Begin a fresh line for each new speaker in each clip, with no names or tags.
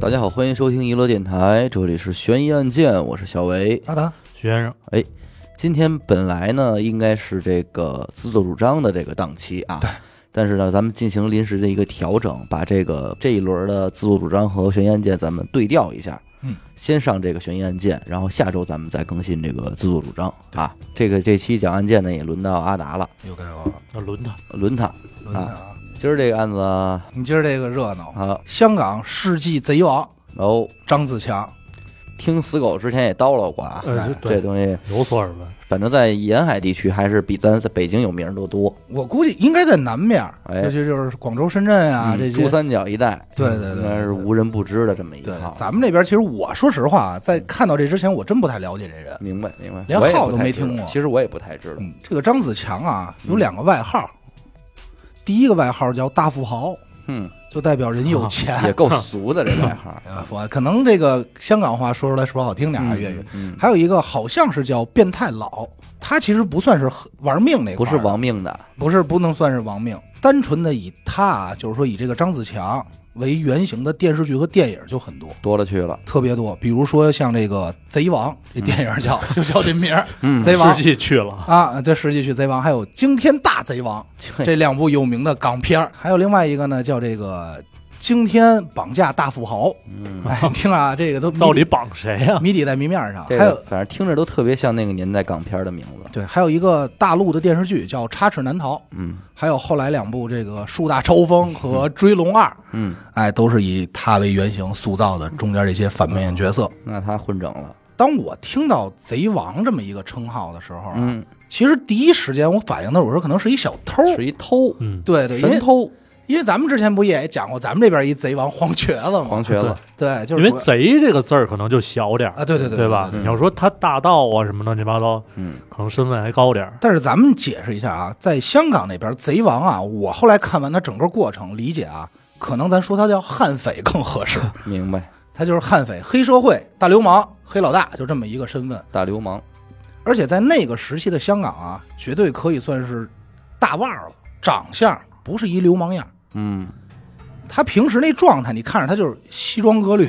大家好，欢迎收听娱乐电台，这里是悬疑案件，我是小维。
阿达，
徐先生，
今天本来呢应该是这个自作主张的这个档期啊，但是呢咱们进行临时的一个调整，把这个这一轮的自作主张和悬疑案件咱们对调一下。
嗯，
先上这个悬疑案件，然后下周咱们再更新这个自作主张啊。这个这期讲案件呢也轮到阿达了，
又该我了
那轮他，
轮他。
轮到啊！
今儿这个案子啊，
你今儿这个热闹，香港世纪贼王
哦，
张自强，
听死狗之前也叨叨过啊，
呃，
这
对，
东西
有所耳闻，
反正在沿海地区还是比咱在北京有名儿的多。
我估计应该在南面儿，
哎
尤其就是广州、深圳啊
嗯
这
珠
些。
三角一带，嗯
对对
应
对
该是无人不知的这么一
对
套，。
咱们这边其实我说实话啊，在看到这之前，我真不太了解这人。
明白明白，
连
我也
号
不
都
太
没
知道
听过
其实我也不太知道。
嗯，这个张子强啊，有
嗯
两个外号，第一个外号叫大富豪，
嗯，
就代表人有钱。，
也够俗的这外号
啊我可能这个香港话说出来是不是好听点儿啊？
嗯
粤语。
嗯，
还有一个好像是叫变态佬，他其实不算是很玩命那块
不
儿
是
的
亡命的，
不是不能算是亡命，单纯的以他啊，就是说以这个张子强为原型的电视剧和电影就很多，
多了去了。
特别多。比如说像这个《贼王》这电影 叫、就叫这名儿，
嗯
贼王
世纪去了，
啊，这实际去贼王，还有《惊天大贼王》这两部有名的港片儿，还有另外一个呢叫这个《惊天绑架大富豪》。
嗯，
哎，你听啊，这个都
到
谜
底
底
绑谁啊呀？
谜底在谜面上，
这
还
个
有。
反正听着都特别像那个年代港片的名字。
对，还有一个大陆的电视剧叫《插翅难逃》，
嗯
还有后来两部这个《树大招 风》和《追龙二》，
嗯，
哎，都是以他为原型塑造的中间这些反面角色。
那他混整了。
当我听到“贼王”这么一个称号的时候啊，
嗯，
其实第一时间我反应的，我说可能是一小偷。
是一偷，
嗯，
对对，因
神
为
偷，
因为咱们之前不也讲过咱们这边一贼王黄瘸子吗？
黄瘸子
对。
哦对，就是
因为
主要
贼这个字儿可能就小点儿，
啊，对对对
对吧？
对
你要说他大盗啊什么乱七八糟，
嗯，
可能身份还高点儿，
但是咱们解释一下啊，在香港那边贼王啊，我后来看完他整个过程理解啊，可能咱说他叫悍匪更合适，
明白，
他就是悍匪、黑社会、大流氓、黑老大，就这么一个身份。
大流氓。
而且在那个时期的香港啊，绝对可以算是大腕儿了，长相不是一流氓样儿。
嗯，
他平时那状态，你看着他就是西装革履，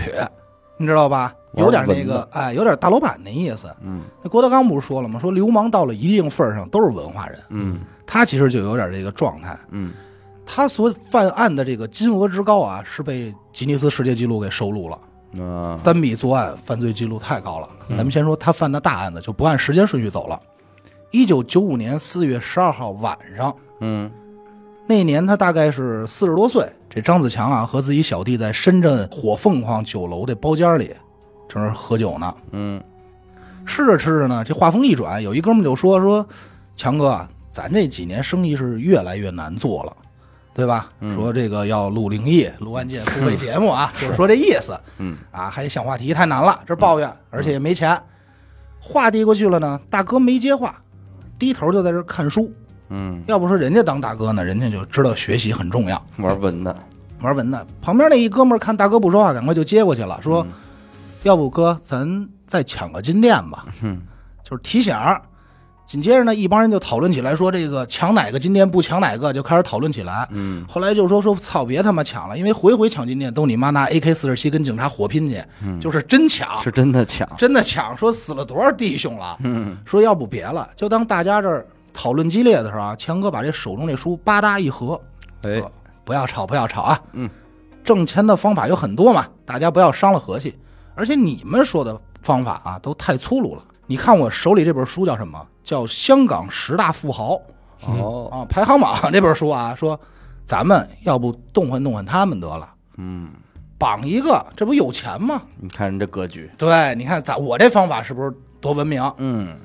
你知道吧？有点那
玩
个，哎，有点大老板那意思。
嗯
那郭德纲不是说了吗？说流氓到了一定份儿上都是文化人，
嗯
他其实就有点这个状态。
嗯，
他所犯案的这个金额之高啊，是被吉尼斯世界纪录给收录了。
啊，
单笔作案犯罪记录太高了。
嗯
咱们先说他犯的大案子，就不按时间顺序走了。一九九五年四月十二号晚上，
嗯
那年他大概是四十多岁。这张子强啊，和自己小弟在深圳火凤凰酒楼这包间里，正是喝酒呢。
嗯
吃着吃着呢，这话锋一转，有一哥们就说说，强哥啊，咱这几年生意是越来越难做了，对吧？
嗯
说这个要录灵异、录案件付费节目啊，就是说这意思。
嗯
啊，还得想话题太难了，这抱怨，而且也没钱。话递过去了呢，大哥没接话，低头就在这儿看书。
嗯，
要不说人家当大哥呢，人家就知道学习很重要，
玩文的，
玩文的。旁边那一哥们儿看大哥不说话，赶快就接过去了，
嗯
说：“要不哥，咱再抢个金店吧，
嗯
就是提醒儿。”紧接着呢，一帮人就讨论起来，说这个抢哪个金店不抢哪个，就开始讨论起来。
嗯
后来就说说操，别他妈抢了，因为回回抢金店都你妈拿 AK 四十七跟警察火拼去，
嗯，
就是真抢，
是真的抢，
真的抢，说死了多少弟兄了，
嗯
说要不别了，就当大家这儿讨论激烈的时候啊，强哥把这手中这书吧嗒一合，
哎，
不要吵，不要吵啊，
嗯，
挣钱的方法有很多嘛，大家不要伤了和气，而且你们说的方法啊都太粗鲁了。你看我手里这本书叫什么？叫《香港十大富豪》
哦，
啊，排行榜 这本书啊，说咱们要不动换动换他们得了，
嗯，
绑一个，这不有钱吗？
你看人这格局，
对，你看咱我这方法是不是多文明？
嗯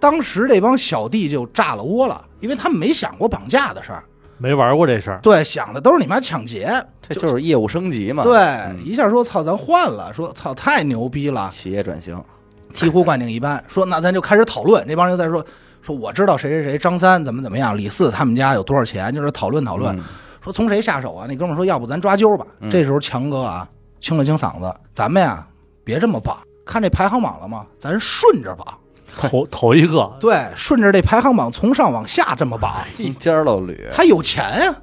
当时这帮小弟就炸了窝了，因为他们没想过绑架的事儿，
没玩过这事儿，
对，想的都是你妈抢劫。
这就是业务升级嘛，，
对，
嗯
一下说操，咱换了，说操，太牛逼了，
企业转型，
醍醐灌顶一般。说那咱就开始讨论，这帮人在说，说我知道谁谁谁张三怎么怎么样，李四他们家有多少钱，就是讨论讨论。
嗯
说从谁下手啊？那哥们儿说，要不咱抓阄吧。
嗯
这时候强哥啊，清了清嗓子，咱们呀别这么绑，看这排行榜了吗？咱顺着绑，
头头一个，
对，顺着这排行榜从上往下这么绑。
哎一家儿老吕，
啊他有钱呀、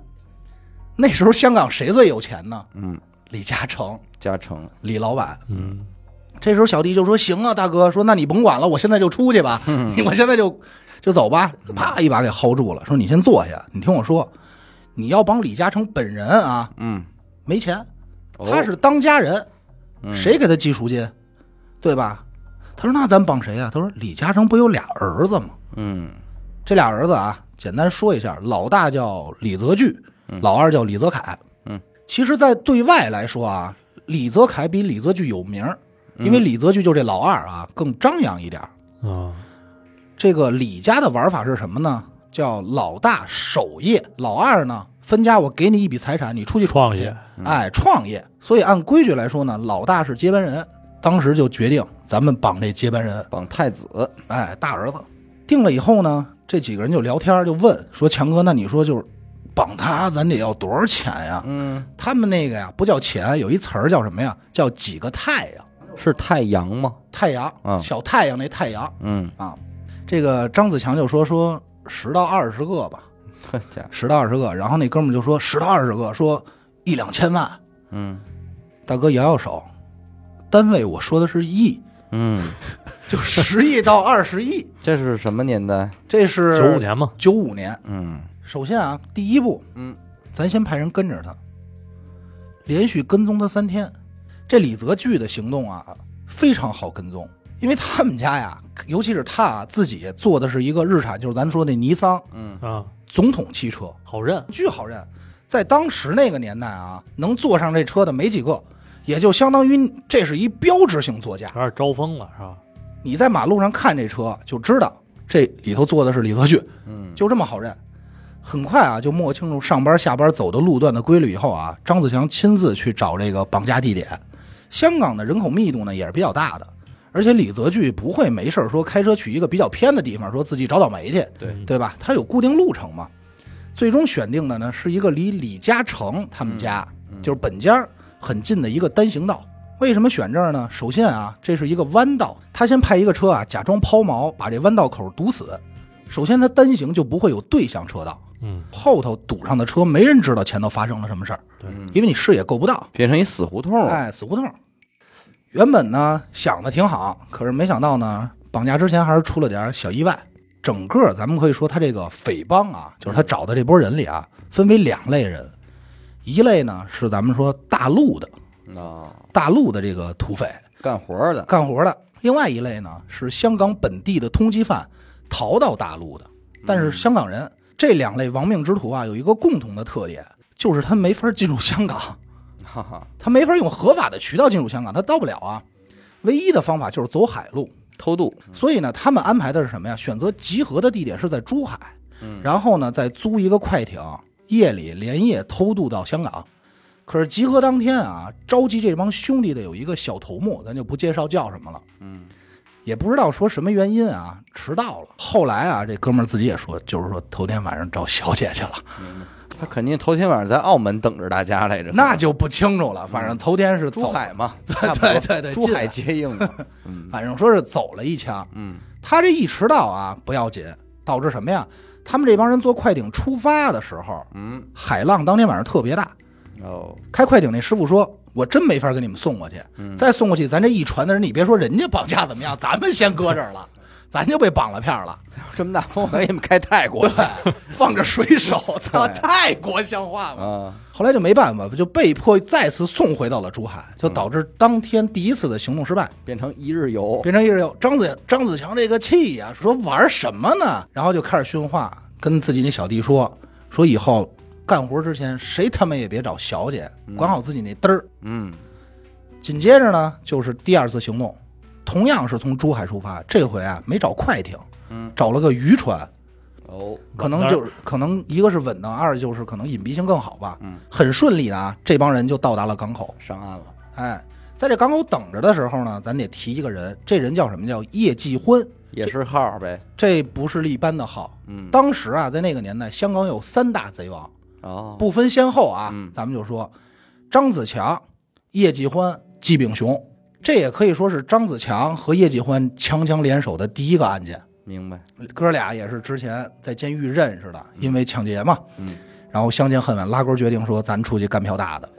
那时候香港谁最有钱呢？
嗯，
李嘉诚
加成，
李老板。
嗯，
这时候小弟就说：“行啊，大哥，说那你甭管了，我现在就出 去吧，
嗯
我现在就就走吧。”啪一把给薅住了，说：“你先坐下，你听我说，你要帮李嘉诚本人啊，
嗯，
没钱，
哦
他是当家人，
嗯
谁给他寄赎金，对吧？”他说：“那咱帮谁啊？”他说：“李嘉诚不有俩儿子吗？
嗯
这俩儿子啊，简单说一下，老大叫李泽钜，老二叫李泽楷。
嗯，
其实，在对外来说啊，李泽楷比李泽钜有名儿，因为李泽钜就这老二啊，更张扬一点儿。
啊，
这个李家的玩法是什么呢？叫老大守业，老二呢分家，我给你一笔财产，你出去
创业，
哎，创业。所以按规矩来说呢，老大是接班人。当时就决定咱们绑这接班人，
绑太子，
哎，大儿子。定了以后呢，这几个人就聊天儿，就问说：“强哥，那你说就是绑他，咱得要多少钱呀？”
嗯，
他们那个呀不叫钱，有一词儿叫什么呀？叫几个太阳，
是太阳吗？
太阳，
嗯
啊
小太阳那太阳
嗯，
啊。这个张子强就说说十到二十个吧，
这家，
十到二十个。然后那哥们儿就说十到二十个，说一两千万。
嗯
大哥摇摇手，单位我说的是亿，
嗯，
就十亿到二十亿，
这是什么年代？
这是
九五年嘛，
九五年。
嗯
首先啊，第一步，
嗯，
咱先派人跟着他，连续跟踪他三天。这李泽钜的行动啊，非常好跟踪，因为他们家呀，尤其是他啊自己做的是一个日产，就是咱说那尼桑
嗯
啊，
总统汽车，
好认，
巨好认。在当时那个年代啊，能坐上这车的没几个，也就相当于这是一标志性座驾
有。点招风了是吧？
你在马路上看这车，就知道这里头坐的是李泽钜。
嗯，
就这么好认。很快啊，就摸清楚上班下班走的路段的规律以后啊，张子强亲自去找这个绑架地点。香港的人口密度呢也是比较大的，而且李泽钜不会没事儿说开车去一个比较偏的地方，说自己找倒霉去，
对
嗯
对吧？他有固定路程嘛。最终选定的呢是一个离李嘉诚他们家，就是本家儿很近的一个单行道。为什么选这儿呢？首先啊，这是一个弯道，他先派一个车啊假装抛锚，把这弯道口堵死。首先，他单行就不会有对向车道，
嗯，
后头堵上的车没人知道前头发生了什么事儿，
对，
因为你视野够不到。
嗯变成一死胡同了，
哎，死胡同。原本呢想的挺好，可是没想到呢，绑架之前还是出了点小意外。整个咱们可以说，他这个匪帮啊，就是他找的这波人里啊，分为两类人，一类呢是咱们说大陆的
啊，
大陆的这个土匪
干活的，
干活的，另外一类呢是香港本地的通缉犯逃到大陆的，但是香港人。这两类亡命之徒啊，有一个共同的特点，就是他没法进入香港。
哈哈，
他没法用合法的渠道进入香港，他到不了啊。唯一的方法就是走海路，
偷渡，
所以呢，他们安排的是什么呀？选择集合的地点是在珠海，
嗯
然后呢，再租一个快艇，夜里连夜偷渡到香港。可是集合当天啊，召集这帮兄弟的有一个小头目，咱就不介绍叫什么了，
嗯，
也不知道说什么原因啊，迟到了。后来啊，这哥们儿自己也说，就是说头天晚上找小姐去了，
他肯定头天晚上在澳门等着大家来着，
那就不清楚了。反正头天是走
嗯珠海 嘛，
对对对对
珠
近
海
啊
接应 嘛，嗯
反正说是走了一枪。
嗯
他这一迟到啊不要紧，导致什么呀？他们这帮人坐快艇出发的时候，
嗯，
海浪当天晚上特别大。
哦，
开快艇那师傅说：“我真没法给你们送过去，
嗯
再送过去，咱这一船的人，你别说人家绑架怎么样，咱们先搁这儿 了，咱就被绑了片儿了。
这么大风，我给你们开泰国 去
对，放着水手，操，
对
太国像话吗？
啊，
后来就没办法，就被迫再次送回到了珠海，就导致当天第一次的行动失败。
变成一日游，
变成一日游。张子张子强这个气呀、说玩什么呢？然后就开始训话，跟自己那小弟说，说以后干活之前谁他妈也别找小姐，管好自己那嘚儿。
嗯
紧接着呢，就是第二次行动，同样是从珠海出发，这回啊没找快艇，
嗯
找了个渔船，
哦，
可能就是可能一个是稳当，二就是可能隐蔽性更好吧。
嗯，
很顺利的啊，这帮人就到达了港口。
上岸了，
哎，在这港口等着的时候呢，咱得提一个人，这人叫什么？叫叶继欢。
也是号呗，
这不是一般的好。
嗯，
当时啊，在那个年代，香港有三大贼王，
哦，
不分先后啊。
嗯
咱们就说张子强、叶继欢、季炳雄，这也可以说是张子强和叶继欢强强联手的第一个案件。
明白，
哥俩也是之前在监狱认识的，因为抢劫嘛。
嗯。
然后相见恨晚，拉钩决定说咱出去干票大的。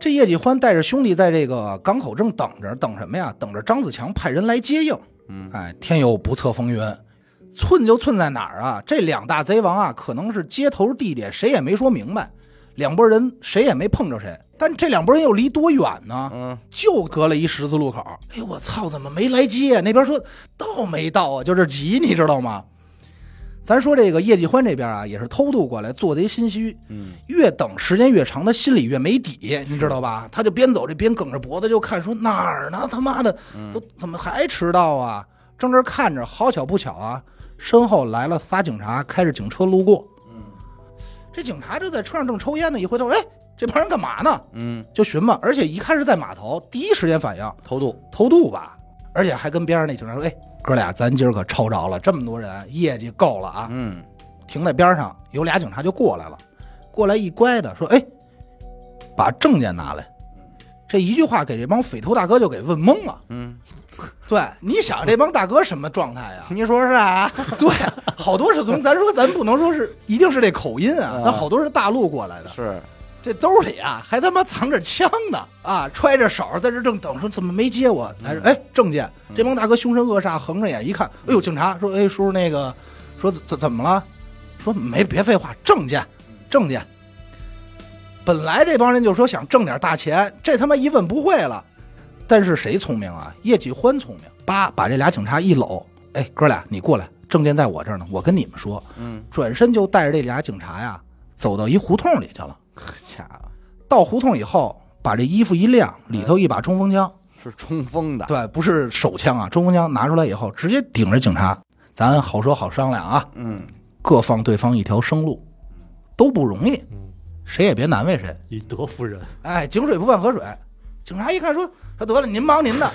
这叶继欢带着兄弟在这个港口正等着，等什么呀？等着张子强派人来接应。
嗯
哎，天有不测风云，寸就寸在哪儿啊？这两大贼王啊，可能是接头地点谁也没说明白，两拨人谁也没碰着谁，但这两拨人又离多远呢？
嗯，
就隔了一十字路口。哎呦，我操，怎么没来接？啊那边说到没到啊？就这急，你知道吗？咱说这个叶继欢这边啊，也是偷渡过来，做贼心虚。
嗯，
越等时间越长，他心里越没底，你知道吧？他就边走这边梗着脖子就看，说哪儿呢？他妈的，都怎么还迟到啊？正这看着，好巧不巧啊，身后来了仨警察，开着警车路过。
嗯，
这警察就在车上正抽烟呢，一回头，哎，这帮人干嘛呢？
嗯，
就寻摸，而且一看是在码头，第一时间反应
偷渡，
偷渡吧，而且还跟边上那警察说：“哎，哥俩，咱今儿可抄着了，这么多人，业绩够了啊！”
嗯
停在边上，有俩警察就过来了，过来一乖的说：“哎，哎把证件拿来。”这一句话给这帮匪徒大哥就给问懵了。
嗯，
对，你想这帮大哥什么状态 呀、
你说是啊？
对，好多是从咱说，咱不能说是一定是这口音啊
啊，
但好多是大陆过来的，
是，
这兜里啊还他妈藏着枪呢啊，揣着手在这正等，说怎么没接我？还是哎证件？这帮大哥凶神恶煞，横着眼一看，哎呦，警察说，哎叔叔那个，说怎怎么了？说没别废话，证件，证件。本来这帮人就说想挣点大钱，这他妈一问不会了。但是谁聪明啊？叶继欢聪明，叭把这俩警察一搂，哎哥俩你过来，证件在我这儿呢，我跟你们说。
嗯，
转身就带着这俩警察呀走到一胡同里去了。
恰
到胡同以后，把这衣服一晾，里头一把冲锋枪，
是冲锋的，
对，不是手枪啊，冲锋枪拿出来以后，直接顶着警察，咱好说好商量啊，
嗯，
各放对方一条生路，都不容易，
嗯，
谁也别难为谁。
以德服人，
哎，井水不犯河水。警察一看说：“说得了，您忙您的。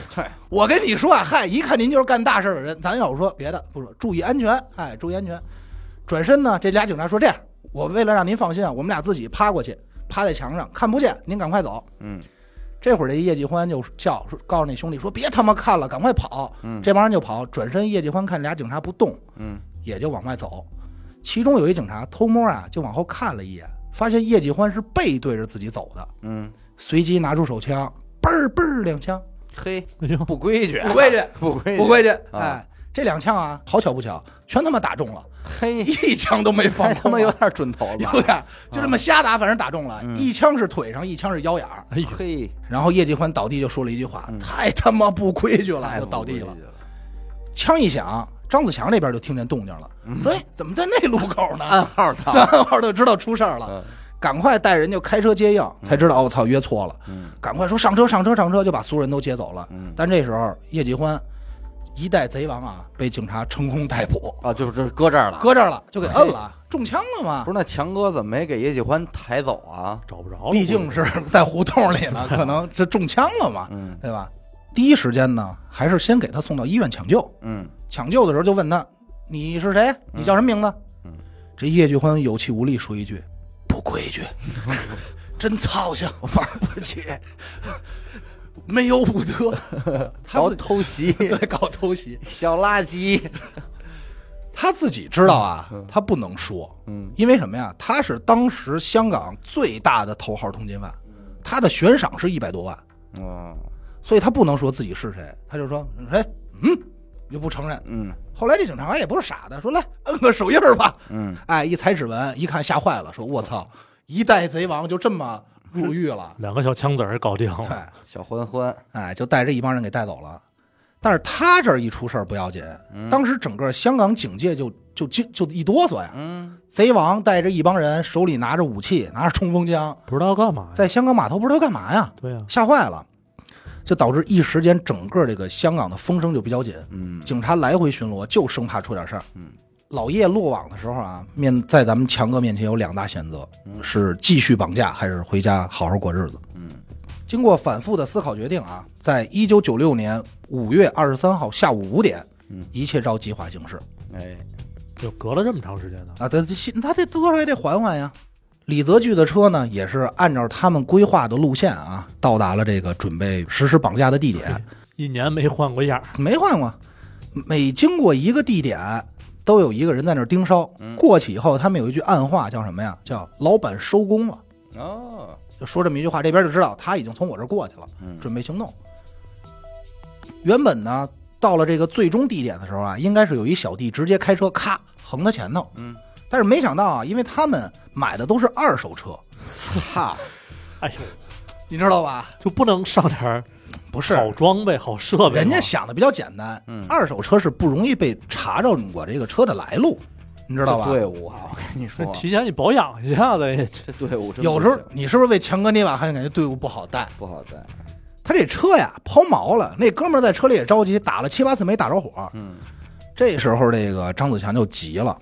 我跟你说啊，嗨，一看您就是干大事的人。咱要说别的，不说，注意安全，哎，注意安全。”转身呢，这俩警察说：“这样，我为了让您放心啊，我们俩自己趴过去，趴在墙上，看不见，您赶快走。”
嗯，
这会儿这叶继欢就叫说告诉那兄弟说：“别他妈看了，赶快跑！”
嗯
这帮人就跑。转身，叶继欢看俩警察不动，
嗯，
也就往外走。其中有一警察偷摸啊，就往后看了一眼，发现叶继欢是背对着自己走的。
嗯，
随即拿出手枪，嘣儿嘣儿两枪，
嘿，
那就
不规矩，
不规矩，
不规矩，
不规矩。
啊
哎，这两枪啊，好巧不巧，全他妈 打中了，
嘿，
一枪都没放
太啊
空啊，
哎他妈有点准头了，
有点儿就这么瞎打，反正打中了
嗯，
一枪是腿上，一枪是腰眼儿。
哎呦，
嘿，
然后叶继欢倒地就说了一句话
嗯：“
太他妈不规矩了！”
太哎不
就倒地
规
了
矩。。
枪一响，张子强那边就听见动静了，
嗯
说：“哎，怎么在那路口呢？”
暗号操，
然后就知道出事儿了，
啊嗯
赶快带人就开车接应，才知道我哦操约错了。
嗯
赶快说上车上车上车，就把所有人都接走了。
嗯，
但这时候叶继欢一代贼王啊，被警察成功逮捕，
啊，就是就是搁这儿了。啊
搁这儿了，就给摁了，中枪了嘛
哎不。是那强哥怎么没给叶继欢抬走啊？
找不着了，
毕竟
是
是在胡同里 呢，可能这中枪了嘛，
嗯
对吧？第一时间呢，还是先给他送到医院抢救。
嗯
抢救的时候就问他：“你是谁？你叫什么名字？”
嗯
这叶继欢有气无力说一句：“不规 矩，真操性，玩不起，没有武德。” 他
搞
自己
偷袭，
对搞偷袭，
小垃圾。
他自己知道啊，他不能说，
嗯
因为什么呀？他是当时香港最大的头号通缉犯，他的悬赏是一百多万，
哦，
所以他不能说自己是谁，他就说哎，嗯，就不承认。
嗯
后来这警察也不是傻的，说来摁个手印儿吧，
嗯，
哎，一踩指纹，一看吓坏了，说我操，一代贼王就这么入狱了，
两个小枪子儿搞定
对，
了，
小欢欢。
哎，就带着一帮人给带走了。但是他这儿一出事儿不要紧，
嗯
当时整个香港警界就就就就一哆嗦呀，
嗯
贼王带着一帮人，手里拿着武器，拿着冲锋枪，
不知道干嘛呀，
在香港码头不知道干嘛呀，
对啊呀，
吓坏了，就导致一时间整个这个香港的风声就比较紧，
嗯
警察来回巡逻，就生怕出点事儿。
嗯，
老叶落网的时候啊，面在咱们强哥面前有两大选择，是继续绑架还是回家好好过日子。
嗯
经过反复的思考决定啊，在一九九六年五月二十三号下午五点
嗯，
一切照计划行事。
哎，
就隔了这么长时间呢，
啊，他这他这多少也得缓缓呀。李泽钜的车呢，也是按照他们规划的路线啊，到达了这个准备实施绑架的地点，
一年没换过样儿，
没换过。每经过一个地点，都有一个人在那儿盯梢。过去以后，他们有一句暗话，叫什么呀？叫“老板收工了
哦，”
就说这么一句话，这边就知道他已经从我这儿过去了，
嗯
准备行动。原本呢，到了这个最终地点的时候啊，应该是有一小弟直接开车咔横他前头，
嗯，
但是没想到啊，因为他们买的都是二手车， 操，
哎呦，
你知道吧？
就不能上点儿
不是，
好装备、好设备吗？
人家想的比较简单，
嗯
二手车是不容易被查着我这个车的来路，你知道吧？
这队伍啊，我跟你说
那，提前你保养一下子也
这队伍真
有
不
时候
行
你是不是为强哥捏把汗，感觉队伍不好带？
不好带，
他这车呀抛锚了，那哥们儿在车里也着急，打了七八次没打着火。
嗯
这时候这个张子强就急了，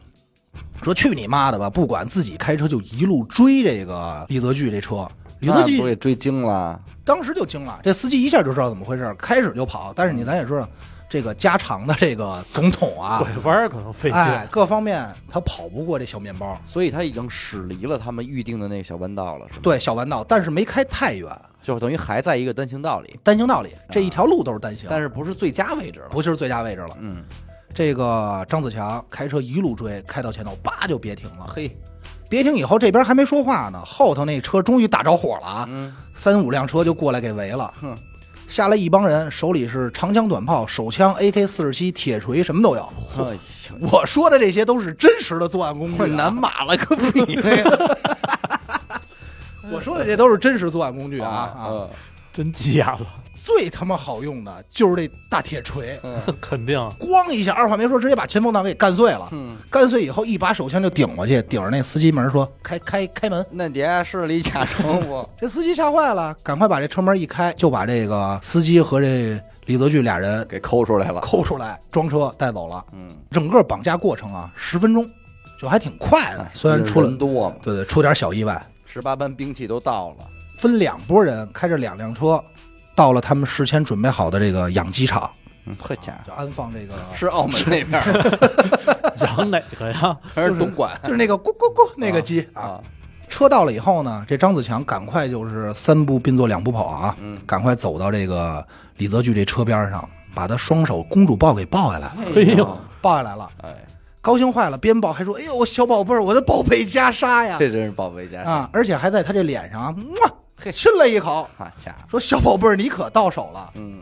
说：“去你妈的吧！不管自己开车就一路追这个李泽钜这车。”李泽
那不是
钜
给追精了？
当时就惊了，这司机一下就知道怎么回事，开始就跑。但是你咱也知道，这个加长的这个总统啊，
拐弯儿可能费劲。
哎，各方面他跑不过这小面包，
所以他已经驶离了他们预定的那个小弯道了，是吗？，
对小弯道，但是没开太远，
就等于还在一个单行道里，
单行道里这一条路都是单行，
啊但是不是最佳位置了？
不就是最佳位置了。
嗯，
这个张子强开车一路追，开到前头，叭就别停了。
嘿，
别停以后，这边还没说话呢，后头那车终于打着火了啊，
嗯
三五辆车就过来给围了
哼。
下来一帮人，手里是长枪短炮、手枪、AK 四十七、铁锤，什么都有。
哎呀，
我说的这些都是真实的作案工具、啊，
南马了个屁呀！
我说的这都是真实作案工具 啊啊！
啊，
真急眼 了，
最他妈好用的就是这大铁锤，
嗯
肯定
咣一下，二话没说，直接把前风挡给干碎了。
嗯，
干碎以后，一把手枪就顶过去，顶着那司机门说：“开开开门
那爹啊是李甲虫不？！”
这司机吓坏了，赶快把这车门一开，就把这个司机和这李泽钜俩人
给抠出来了。
抠出来，装车带走了。
嗯，
整个绑架过程啊，十分钟，就还挺快的
哎。
虽然出了
人多嘛，
对对，出点小意外，
十八般兵器都到了。
分两拨人开着两辆车，到了他们事先准备好的这个养鸡场，
嗯，好家
就安放这 个
伙，是澳门那边儿
养哪 个呀？
还是东莞
就是那个咕咕咕那个鸡 啊。
啊？
车到了以后呢，这张子强赶快就是三步并作两步跑啊，
嗯，
赶快走到这个李泽钜这车边上，把他双手公主抱给抱下来了，
哎
呦，
抱下来了，
哎，
高兴坏了，边抱还说：“哎呦，小宝贝儿，我的宝贝袈裟呀
啊这真是宝贝！”家常。
啊，而且还在他这脸上，哇，给亲了一口，
好家伙，
说：“小宝贝儿，你可到手了。
嗯”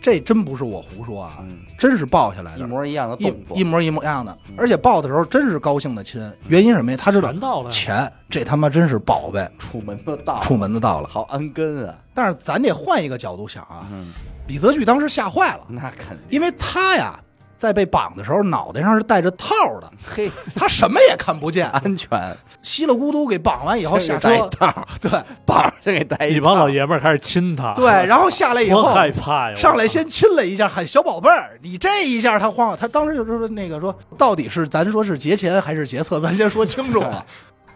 这真不是我胡说啊，
嗯，
真是抱下来
一
的，
模一样的
一
动作
一。模一模一样的
嗯，
而且抱的时候真是高兴的亲，原因是什么呀？他知道
全到了，
钱，这他妈真是宝贝，
楚门的道，
出门子到了。
好安根啊，
但是咱得换一个角度想啊，
嗯，
李泽钜当时吓坏了，
那肯定，
因为他呀在被绑的时候脑袋上是戴着套的，
嘿，
他什么也看不见，
安全，
稀里咕嘟给绑完以
以
后下车，
套，
对
绑上给带
一
一
帮
套
老，爷们儿开始亲他，
对，，然后下来以
多
后
害怕呀！
上来
我操
先亲了一下，喊小宝贝儿，你这一下他慌了，他当时就说那个说到底是咱说是节前还是节测，咱先说清楚了。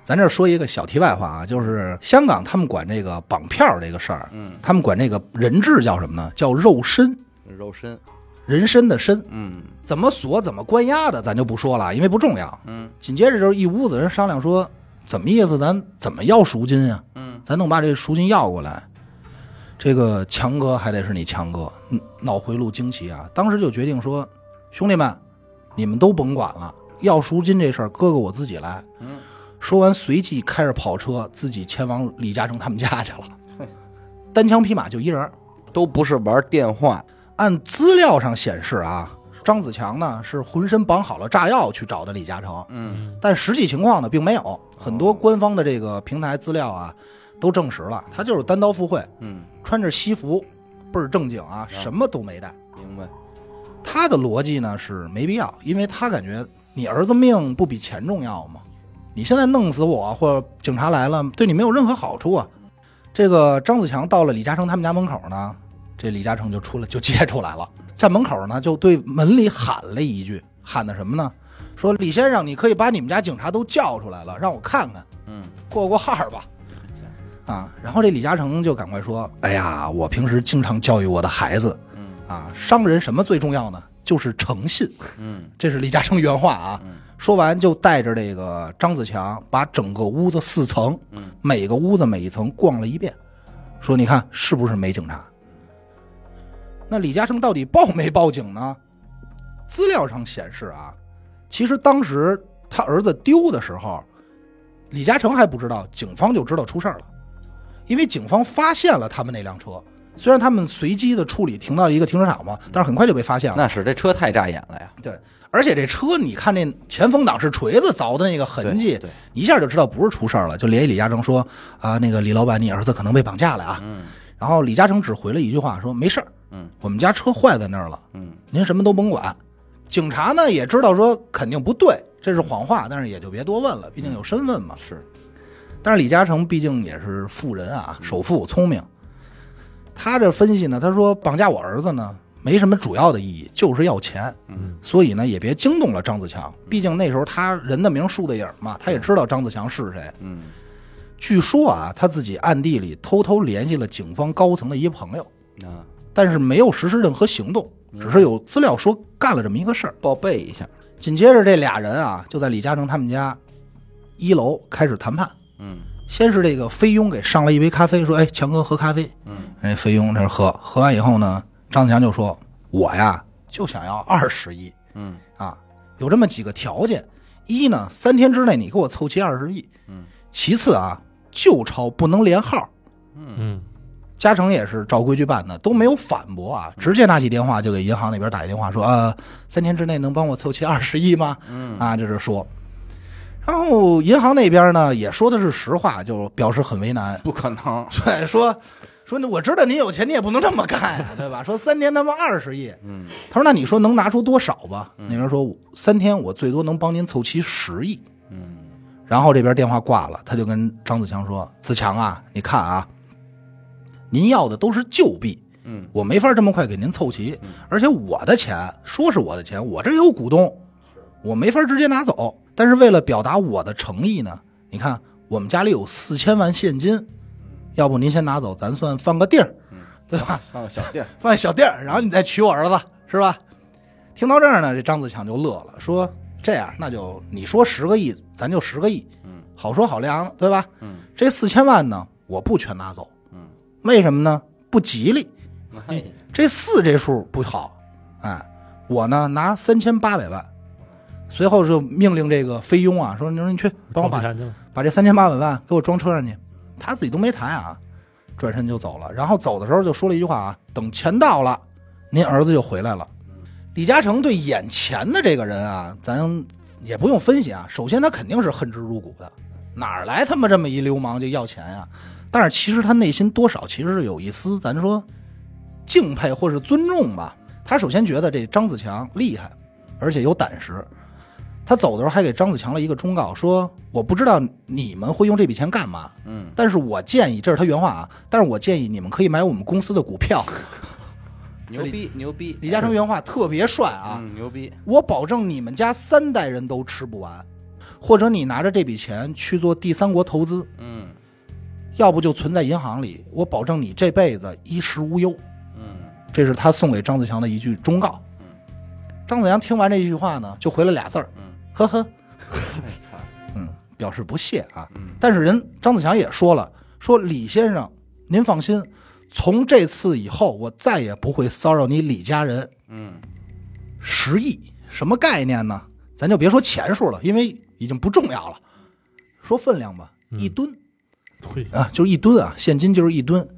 咱这儿说一个小题外话啊，就是香港他们管这个绑票这个事儿，
嗯，
他们管这个人质叫什么呢？叫肉身，
肉身，
人参的参。
嗯
怎么锁、怎么关押的，咱就不说了，因为不重要。
嗯
紧接着就是一屋子人商量说，怎么意思？咱怎么要赎金啊？
嗯，
咱能把这赎金要过来？这个强哥还得是你强哥，嗯脑回路惊奇啊！当时就决定说，兄弟们，你们都甭管了，要赎金这事儿，哥哥我自己来。
嗯，
说完，随即开着跑车自己前往李嘉诚他们家去了，单枪匹马就一人儿。
都不是玩电话，
按资料上显示啊，张子强呢是浑身绑好了炸药去找的李嘉诚，
嗯
但实际情况呢并没有。很多官方的这个平台资料啊，都证实了他就是单刀赴会，
嗯，
穿着西服，倍儿正经啊，什么都没带。
嗯明白，
他的逻辑呢是没必要，因为他感觉你儿子命不比钱重要吗？你现在弄死我或者警察来了，对你没有任何好处啊。这个张子强到了李嘉诚他们家门口呢，这李嘉诚就出来就接出来了，站门口呢就对门里喊了一句，喊的什么呢？说李先生，你可以把你们家警察都叫出来了，让我看看，
嗯，
过过号吧。啊，然后这李嘉诚就赶快说：“哎呀，我平时经常教育我的孩子，
嗯
啊，商人什么最重要呢？就是诚信。
嗯
这是李嘉诚原话啊。
嗯
说完就带着这个张子强，把整个屋子四层，
嗯
每个屋子每一层逛了一遍，说你看是不是没警察？那李嘉诚到底报没报警呢？资料上显示啊，其实当时他儿子丢的时候，李嘉诚还不知道，警方就知道出事儿了。因为警方发现了他们那辆车，虽然他们随机的处理停到了一个停车场嘛，但是很快就被发现了。
那是这车太扎眼了呀，
而且这车，你看那前风挡是锤子凿的那个痕迹，
对对
一下就知道不是出事儿了，就联系李嘉诚说啊，那个李老板，你儿子可能被绑架了啊。
嗯
然后李嘉诚只回了一句话，说没事儿，
嗯，
我们家车坏在那儿了，
嗯，
您什么都甭管。警察呢也知道说肯定不对，这是谎话，但是也就别多问了，
嗯
毕竟有身份嘛。
是，
但是李嘉诚毕竟也是富人啊，首富，聪明。他这分析呢，他说绑架我儿子呢，没什么主要的意义，就是要钱。
嗯，
所以呢，也别惊动了张自强。毕竟那时候他人的名树的影儿嘛，他也知道张自强是谁。
嗯
据说啊，他自己暗地里偷偷联系了警方高层的一朋友，
啊，
但是没有实施任何行动，只是有资料说干了这么一个事儿。
报备一下，
紧接着，这俩人啊，就在李嘉诚他们家一楼开始谈判。
嗯
先是这个菲佣给上了一杯咖啡，说：“哎，强哥喝咖啡。”
嗯
哎，菲佣那儿喝，喝完以后呢，张子强就说：“我呀，就想要二十亿
嗯
啊，有这么几个条件：一呢，三天之内你给我凑齐二十亿；
嗯
其次啊，旧钞不能连号。
嗯
嗯，
嘉诚也是照规矩办的，都没有反驳啊，
嗯
直接拿起电话就给银行那边打一电话说：呃，三天之内能帮我凑齐二十亿吗？
嗯
啊，这是说。”然后银行那边呢也说的是实话，就表示很为难，
不可能，
对，说说我知道你有钱，你也不能这么干呀、对吧？说三年他妈二十亿，
嗯
他说那你说能拿出多少吧？那边说三天我最多能帮您凑齐十亿，
嗯
然后这边电话挂了，他就跟张子强说：“子强啊，你看啊，您要的都是旧币，
嗯，
我没法这么快给您凑齐，而且我的钱说是我的钱，我这有股东，我没法直接拿走。但是为了表达我的诚意呢，你看我们家里有四千万现金，要不您先拿走，咱算放个地儿，
嗯
对吧？
上个小店儿，
放一小地儿，然后你再娶我儿子，是吧？听到这儿呢，这张子强就乐了，说这样，那就你说十个亿，咱就十个亿，
嗯
好说好量，对吧？
嗯
这四千万呢，我不全拿走，
嗯，
为什么呢？不吉利，
哎
这四这数不好，哎，我呢拿三千八百万，随后就命令这个菲佣啊，说你说你去帮我把
撞山去了，
把这三千八百万给我装车上去，他自己都没抬啊，转身就走了。然后走的时候就说了一句话啊，等钱到了，您儿子就回来了。李嘉诚对眼前的这个人啊，咱也不用分析啊，首先他肯定是恨之入骨的，哪儿来他妈这么一流氓就要钱呀、但是其实他内心多少其实是有一丝咱说敬佩或是尊重吧。他首先觉得这张子强厉害，而且有胆识，他走的时候还给张子强了一个忠告，说我不知道你们会用这笔钱干嘛，
嗯
但是我建议，这是他原话啊，但是我建议你们可以买我们公司的股票。
牛逼牛逼，哎
李嘉诚原话特别帅啊，
嗯牛逼，
我保证你们家三代人都吃不完，或者你拿着这笔钱去做第三国投资，
嗯
要不就存在银行里，我保证你这辈子衣食无忧。
嗯
这是他送给张子强的一句忠告
嗯。
张子强听完这句话呢，就回了俩字儿
嗯，
呵呵，
哎操，
嗯，表示不屑啊。
嗯
但是人张子强也说了，说李先生，您放心，从这次以后，我再也不会骚扰你李家人。
嗯
十亿什么概念呢？咱就别说钱数了，因为已经不重要了。说分量吧，
嗯
一吨
对，
啊，就是一吨啊，现金就是一吨。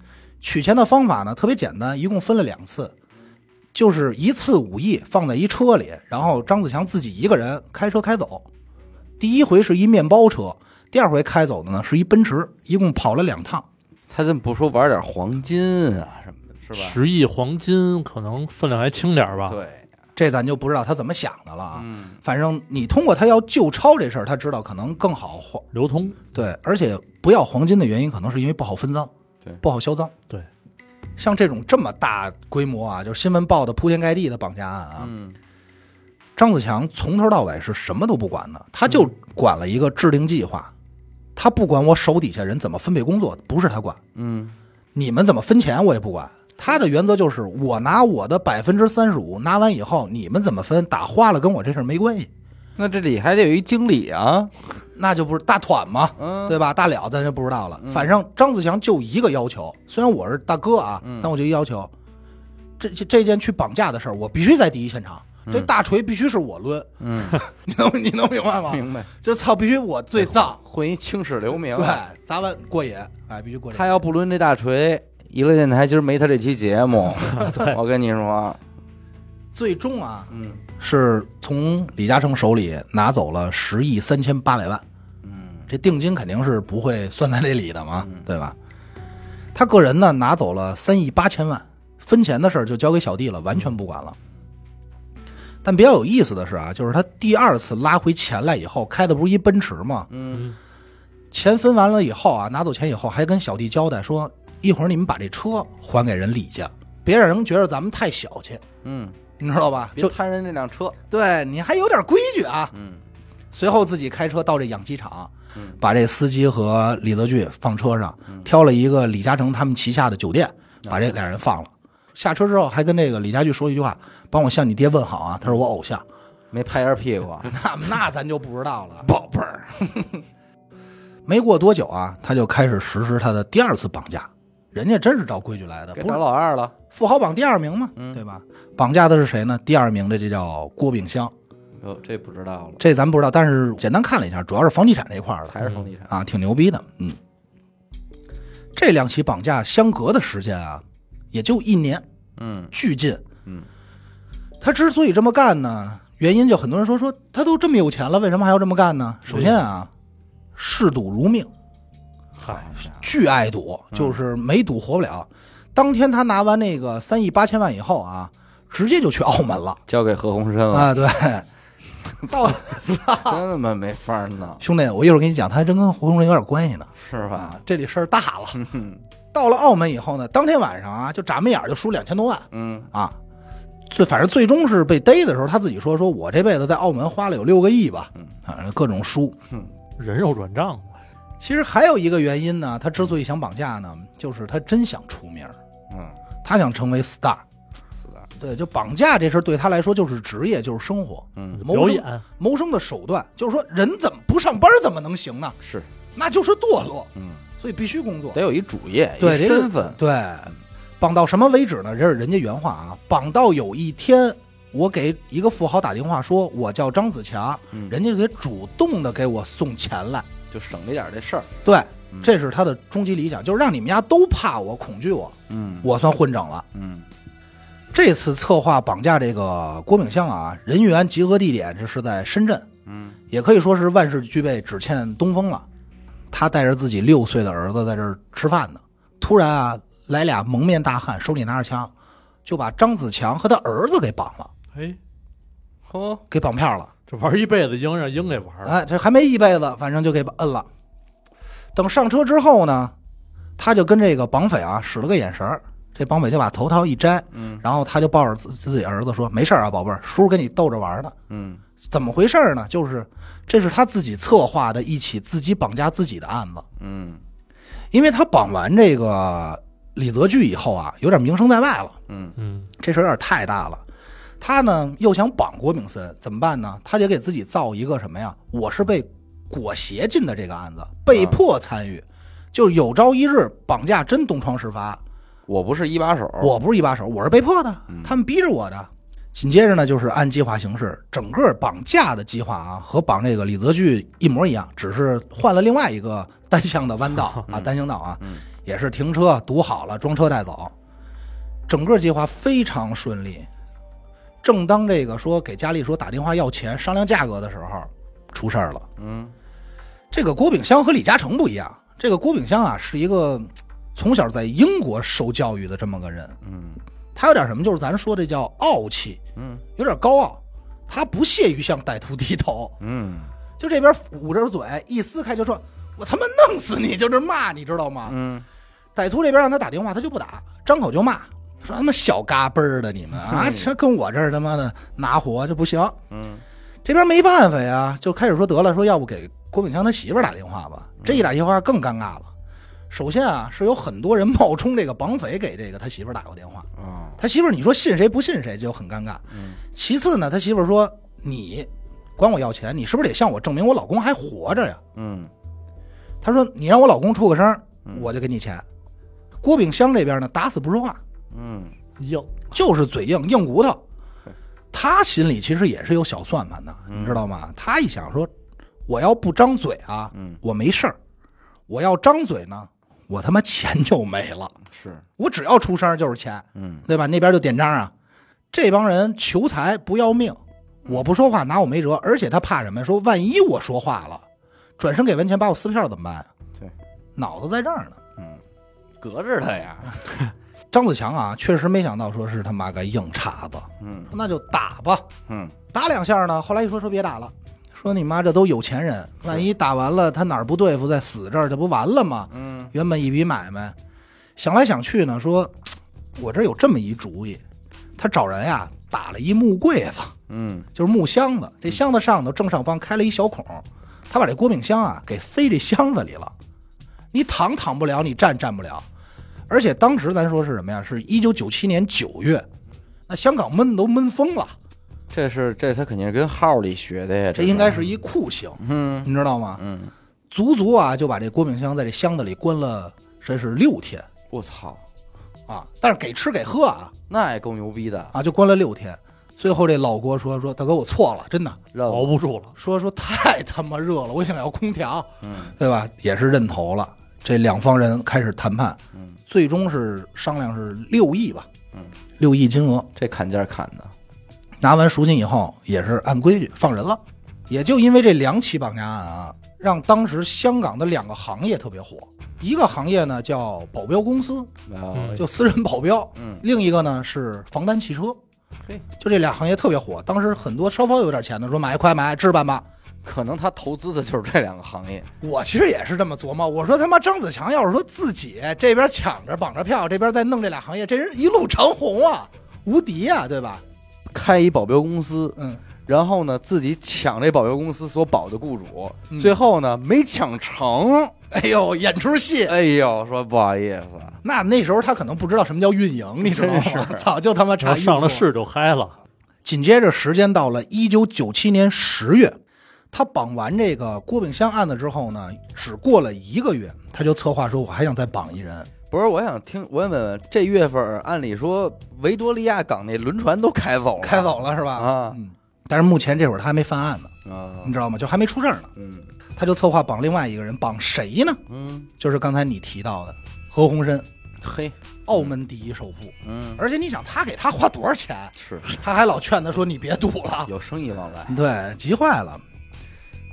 取钱的方法呢特别简单，一共分了两次，就是一次五亿放在一车里，然后张子强自己一个人开车开走。第一回是一面包车，第二回开走的呢是一奔驰，一共跑了两趟。
他怎么不说玩点黄金啊什么的，是啊吧？
十亿黄金可能分量还轻点儿吧，
对，
这咱就不知道他怎么想的了啊。
嗯
反正你通过他要旧钞这事儿，他知道可能更好花。
流通，
对，而且不要黄金的原因，可能是因为不好分赃，
对
不好销赃。
对，
像这种这么大规模啊，就是新闻报的铺天盖地的绑架案啊，
嗯
张子强从头到尾是什么都不管的，他就管了一个制定计划，他不管我手底下人怎么分配工作，不是他管，
嗯
你们怎么分钱我也不管。他的原则就是我拿我的百分之三十五，拿完以后你们怎么分，打花了跟我这事儿没关系，
那这里还得有一经理啊，
那就不是大团嘛，
嗯，
对吧？大了咱就不知道了。反正张子强就一个要求，虽然我是大哥啊，但我就一要求，这这这件去绑架的事儿，我必须在第一现场，这大锤必须是我抡，
嗯，
你能你能明白吗？
哦明白。
这操必须我最脏，
混一青史留名啊
对，砸完过瘾，哎，必须过瘾。
他要不抡这大锤，娱乐电台今儿没他这期节 目。我跟你说，
最终啊，
嗯
是从李嘉诚手里拿走了十亿三千八百万，
嗯
这定金肯定是不会算在这里的嘛，对吧？他个人呢拿走了三亿八千万，分钱的事儿就交给小弟了，完全不管了。但比较有意思的是啊，就是他第二次拉回钱来以后，开的不是一奔驰吗？
嗯
嗯，
钱分完了以后啊，拿走钱以后，还跟小弟交代说，一会儿你们把这车还给人李家，别让人觉得咱们太小气，
嗯，
你知道吧？
别
就
贪人这辆车。
对你还有点规矩啊。
嗯
随后自己开车到这养鸡场，
嗯
把这司机和李泽钜放车上，挑了一个李嘉诚他们旗下的酒店，把这俩人放了。下车之后还跟这个李家驹说一句话：“帮我向你爹问好啊！”他说：“我偶像。
没拍人屁股。啊
那那咱就不知道了，宝贝儿。 没过多久啊，他就开始实施他的第二次绑架。人家真是照规矩来的，
给
不
找
是
老二了，
富豪榜第二名嘛，
嗯
对吧？绑架的是谁呢？第二名的这叫郭炳湘，
哟，这不知道了，
这咱不知道，但是简单看了一下，主要是房地产这一块儿的。
还是房地产，
啊，挺牛逼的。嗯，这两起绑架相隔的时间啊，也就一年，
嗯
巨近。
嗯，
他之所以这么干呢，原因就很多人说说他都这么有钱了，为什么还要这么干呢？首先啊，嗜赌如命，
嗨，
巨爱赌，
嗯
就是没赌活不了。当天他拿完那个三亿八千万以后啊，直接就去澳门了
交给何鸿燊了，
啊，对。 到
真他妈没法儿弄，
兄弟，我一会儿跟你讲，他还真跟胡同人有点关系呢
是吧？
啊，这里事儿大了。
嗯
到了澳门以后呢，当天晚上啊，就眨没眼儿就输两千多万
嗯
啊。最反正最终是被逮的时候，他自己说：“说我这辈子在澳门花了有六个亿吧
嗯，
反正各种输。
人肉转账啊嘛，”
其实还有一个原因呢，他之所以想绑架呢，就是他真想出名儿，
嗯，
他想成为 star。
是的，
对，就绑架这事儿对他来说就是职业，就是生活，
嗯
谋
表
生
演
谋生的手段。就是说，人怎么不上班怎么能行呢？
是，
那就是堕落，
嗯，
所以必须工作
得。有一主业，
对
一
这个
身份，
对，绑到什么为止呢？这是人家原话啊，绑到有一天，我给一个富豪打电话说，我叫张子强，
嗯，
人家就得主动的给我送钱来。
就省着点儿这事儿，
对
嗯，
这是他的终极理想，就是让你们家都怕我、恐惧我，
嗯
我算混整了。
嗯
这次策划绑架这个郭炳湘啊，人员集合地点这是在深圳，
嗯
也可以说是万事俱备，只欠东风了。他带着自己六岁的儿子在这儿吃饭呢，突然啊，来俩蒙面大汉，手里拿着枪，就把张子强和他儿子给绑了，
哎，
嚯，
给绑票了。
这玩一辈子鹰让鹰给玩了，
哎，这还没一辈子，反正就给摁了。等上车之后呢，他就跟这个绑匪啊使了个眼神儿，这绑匪就把头套一摘，
嗯
然后他就抱着自自己儿子说：“没事儿啊，宝贝儿，叔跟你逗着玩儿呢。”
嗯
怎么回事儿呢？就是这是他自己策划的一起自己绑架自己的案子，
嗯
因为他绑完这个李泽钜以后啊，有点名声在外了，
嗯
嗯，
这事儿有点太大了。他呢又想绑郭炳森，怎么办呢？他得给自己造一个什么呀？我是被裹挟进的这个案子，被迫参与，就是有朝一日绑架真东窗事发，
我不是一把手，
我不是一把手，我是被迫的，
嗯
他们逼着我的。紧接着呢，就是按计划行事，整个绑架的计划啊，和绑这个李泽钜一模一样，只是换了另外一个单向的 弯道啊，单行道啊，
嗯
也是停车堵好了，装车带走。整个计划非常顺利。正当这个说给佳丽说打电话要钱商量价格的时候，出事儿了。
嗯
这个郭炳湘和李嘉诚不一样，这个郭炳湘啊是一个嗯从小在英国受教育的这么个人，
嗯
他有点什么，就是咱说这叫傲气，
嗯
有点高傲，他不屑于向歹徒低头，
嗯
就这边捂着嘴一撕开就说：“我他妈弄死你！”就这骂，你知道吗？
嗯，
歹徒这边让他打电话，他就不打，张口就骂，说他妈小嘎嘣儿的你们 啊，
嗯
这跟我这儿他妈的拿活这不行。
嗯
这边没办法呀，就开始说得了，说要不给郭炳强他媳妇儿打电话吧。
嗯
这一打电话更尴尬了。首先啊，是有很多人冒充这个绑匪给这个他媳妇儿打过电话，
哦，
他媳妇儿你说信谁不信谁就很尴尬。
嗯
其次呢，他媳妇儿说你管我要钱，你是不是得向我证明我老公还活着呀？
嗯
他说你让我老公出个声儿
嗯，
我就给你钱。郭炳湘这边呢，打死不说话，
嗯
硬
就是嘴硬硬骨头
对。
他心里其实也是有小算盘的，
嗯
你知道吗？他一想说，我要不张嘴啊，
嗯
我没事儿；我要张嘴呢，我他妈钱就没了。
是，
我只要出声就是钱，
嗯
对吧？那边就点章啊，这帮人求财不要命，我不说话拿我没辙，而且他怕什么呀？说万一我说话了，转身给文钱把我撕票怎么办啊？
对，
脑子在这儿呢。
嗯，隔着他呀，
张子强啊，确实没想到说是他妈个硬茬子，
嗯
那就打吧，
嗯
打两下呢。后来一说说别打了，说你妈这都有钱人，万一打完了他哪儿不对付再死这儿，这不完了吗？
嗯
原本一笔买卖，想来想去呢，说嘖我这有这么一主意，他找人呀、打了一木柜子，
嗯，
就是木箱子，这箱子上头正上方开了一小孔，他把这锅饼箱啊给塞这箱子里了，你躺躺不了，你站站不了，而且当时咱说是什么呀？是一九九七年九月，那香港闷都闷疯了，
这是这他肯定是跟号里学的呀，
这
是
应该是一酷刑，
嗯
你知道吗？
嗯，
足足啊就把这锅饼箱在这箱子里关了，真是六天
我操，
啊，但是给吃给喝啊。
那也够牛逼的，
啊，就关了六天。最后这老郭说说大哥我错了，真的
让
熬不住了，
说说太他妈热了，我想要空调，
嗯
对吧？也是认头了。这两方人开始谈判，
嗯，
最终是商量是六亿吧，
嗯，
六亿金额。
这砍价砍的，
拿完赎金以后，也是按规矩放人了。也就因为这两起绑架案啊，让当时香港的两个行业特别火。一个行业呢叫保镖公司，
啊
就私人保镖，
嗯
另一个呢是防弹汽车
嘿。
就这俩行业特别火，当时很多稍稍有点钱的说买快买置办吧。
可能他投资的就是这两个行业，
我其实也是这么琢磨，我说他妈张子强要是说自己这边抢着绑着票，这边再弄这俩行业，这人一路长虹啊，无敌啊，对吧？
开一保镖公司，
嗯，
然后呢自己抢这保镖公司所保的雇主，
嗯
最后呢没抢成，
哎呦，演出戏。
哎呦，说不好意思，
那那时候他可能不知道什么叫运营，你知道吗？ 早就他妈
然
查
后上了
运作
市就嗨了，
紧接着，时间到了一九九七年十月，他绑完这个郭炳湘案子之后呢，只过了一个月，他就策划说：“我还想再绑一人。
不是，我想听，我想问问，这月份儿按理说维多利亚港那轮船都开走”了，
开走了是吧？
啊
嗯。但是目前这会儿他还没犯案呢，
啊
你，知道吗？就还没出事儿呢。
嗯
他就策划绑另外一个人，绑谁呢？
嗯，
就是刚才你提到的何鸿燊，
嘿，
澳门第一首富。
嗯，
而且你想，他给他花多少钱？
是
他还老劝他说：“你别赌了。”
有生意往来，
对，急坏了。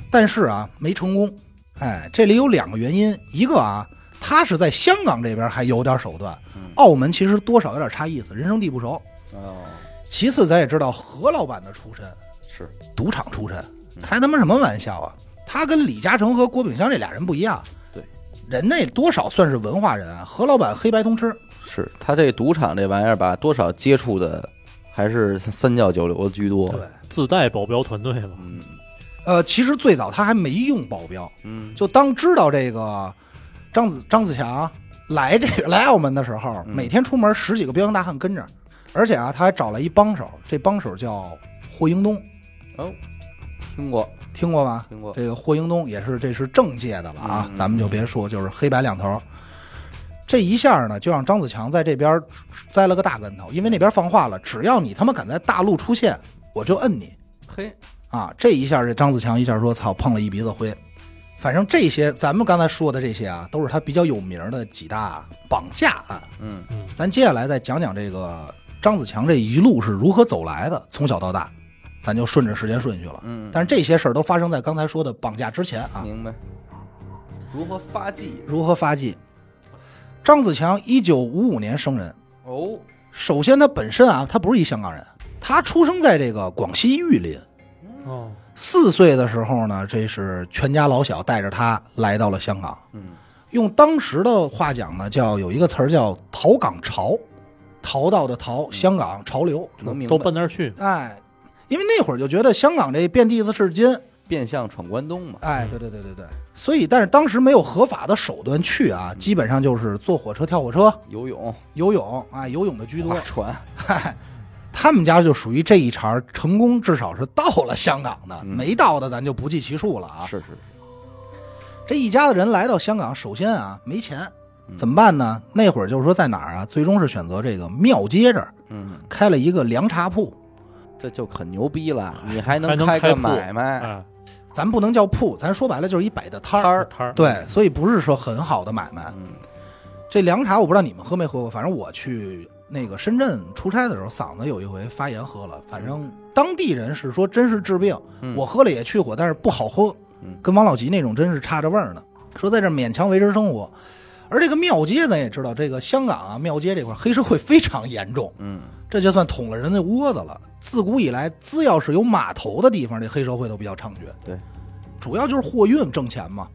但是啊，没成功。哎，这里有两个原因，一个啊，他是在香港这边还有点手段
嗯，
澳门其实多少有点差意思，人生地不熟。
哦，
其次，咱也知道何老板的出身，
是，
赌场出身，
嗯
开他妈什么玩笑啊！他跟李嘉诚和郭炳湘这俩人不一样，
对，
人那多少算是文化人啊。何老板黑白通吃，
是他这赌场这玩意儿吧，多少接触的还是三教九流的居多，
对，
自带保镖团队嘛，
嗯
呃，其实最早他还没用保镖，
嗯，
就当知道这个张子张子强来这 个来澳门的时候，
嗯
每天出门十几个彪形大汉跟着，而且啊，他还找了一帮手，这帮手叫霍英东，
哦，听过
听过吧？
听过，
这个霍英东也是这是政界的了啊，
嗯
咱们就别说，就是黑白两头。这一下呢，就让张子强在这边栽了个大跟头，因为那边放话了，只要你他妈敢在大陆出现，我就摁你。
嘿，
啊，这一下这张子强一下说操，碰了一鼻子灰。反正这些咱们刚才说的这些啊，都是他比较有名的几大绑架案。
嗯
嗯，
咱接下来再讲讲这个张子强这一路是如何走来的，从小到大，咱就顺着时间顺序了。
嗯，
但是这些事儿都发生在刚才说的绑架之前啊。
明白，如何发迹？
如何发迹？张子强一九五五年生人，
哦，
首先他本身啊，他不是一香港人，他出生在这个广西玉林。嗯
哦，
四岁的时候呢，这是全家老小带着他来到了香港。
嗯，
用当时的话讲呢，叫有一个词儿叫“逃港潮”，逃到的
嗯
逃，香港潮流。
能明
都
白，
奔那儿去，
哎，因为那会儿就觉得香港这遍地子是金。
变相闯关东嘛，
哎，对对对对对。所以，但是当时没有合法的手段去啊，
嗯
基本上就是坐火车、跳火车、
游泳、
游泳啊、哎游泳的居多
划。船，
他们家就属于这一茬儿成功，至少是到了香港的，
嗯
没到的咱就不计其数了啊。
是是，
这一家子人来到香港，首先啊没钱
嗯，
怎么办呢？那会儿就是说在哪儿啊？最终是选择这个庙街这儿
嗯
开了一个凉茶铺，
这就很牛逼了，你还
还
能
能
开
开
个
铺
买卖
哎，
咱不能叫铺，咱说白了就是一摆的摊
摊
儿。
儿，
摊儿，
对，所以不是说很好的买卖。
嗯
这凉茶我不知道你们喝没喝过，反正我去那个深圳出差的时候，嗓子有一回发炎喝了，反正当地人是说真是治病，
嗯
我喝了也去火，但是不好喝
嗯，
跟王老吉那种真是差着味儿呢。说在这儿勉强维持生活，而这个庙街咱也知道，这个香港啊庙街这块儿黑社会非常严重，
嗯
这就算捅了人家窝子了。自古以来，只要是有码头的地方，这黑社会都比较猖獗。
对，
主要就是货运挣钱嘛。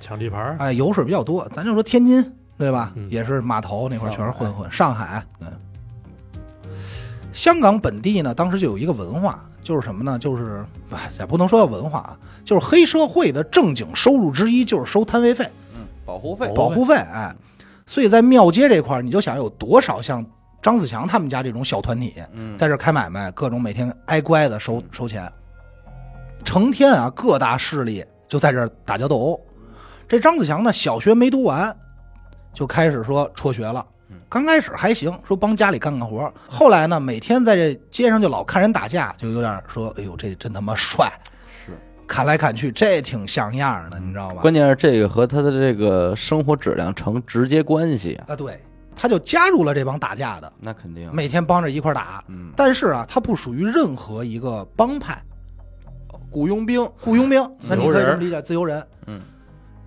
抢地盘儿，
哎，油水比较多。咱就说天津，对吧？
嗯
也是码头那块儿全是混混，上海，嗯。香港本地呢，当时就有一个文化，就是什么呢？就是哎也不能说叫文化啊，就是黑社会的正经收入之一就是收摊位费、
嗯，保护费
保
保
护费。哎，所以在庙街这块儿，你就想有多少像张子强他们家这种小团体，
嗯
在这儿开买卖，各种每天挨乖的收收钱，成天啊各大势力就在这儿打架斗殴。这张子强呢，小学没读完，就开始说辍学了
嗯。
刚开始还行，说帮家里干干活儿。后来呢，每天在这街上就老看人打架，就有点说：“哎呦，这真他妈帅！”
是，嗯
砍来砍去，这挺像样儿的，你知道吧？
关键是这个和他的这个生活质量成直接关系啊，
啊，对，他就加入了这帮打架的，
那肯定，
每天帮着一块儿打。
嗯，
但是啊，他不属于任何一个帮派，
雇佣兵，
雇佣兵，那你
自由
可以
人
这么理解，自由人。
嗯，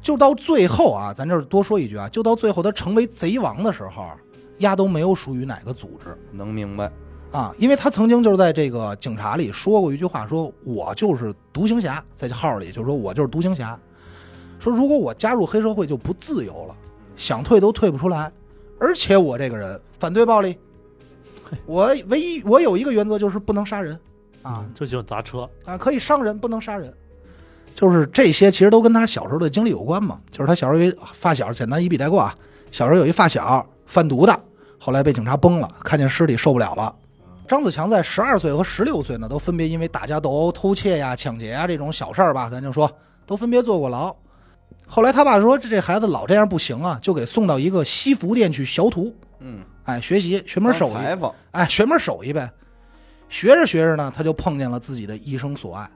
就到最后啊，咱这儿多说一句啊，就到最后他成为贼王的时候，啊丫都没有属于哪个组织
能明白，
啊，因为他曾经就是在这个警察里说过一句话，说我就是独行侠，在这号里就说我就是独行侠，说如果我加入黑社会就不自由了，想退都退不出来，而且我这个人反对暴力，我唯一我有一个原则就是不能杀人啊，
嗯就喜欢砸车，
啊，可以伤人，不能杀人。就是这些，其实都跟他小时候的经历有关嘛。就是他小时候有一发小，简单一笔带过啊。小时候有一发小贩毒的，后来被警察崩了，看见尸体受不了了。张子强在十二岁和十六岁呢，都分别因为打架斗殴、偷窃呀、抢劫呀这种小事儿吧，咱就说都分别坐过牢。后来他爸说这这孩子老这样不行啊，就给送到一个西服店去学徒，
嗯，
哎，学习学门手艺。
裁缝，
哎，学门手艺呗。学着学着呢，他就碰见了自己的一生所爱，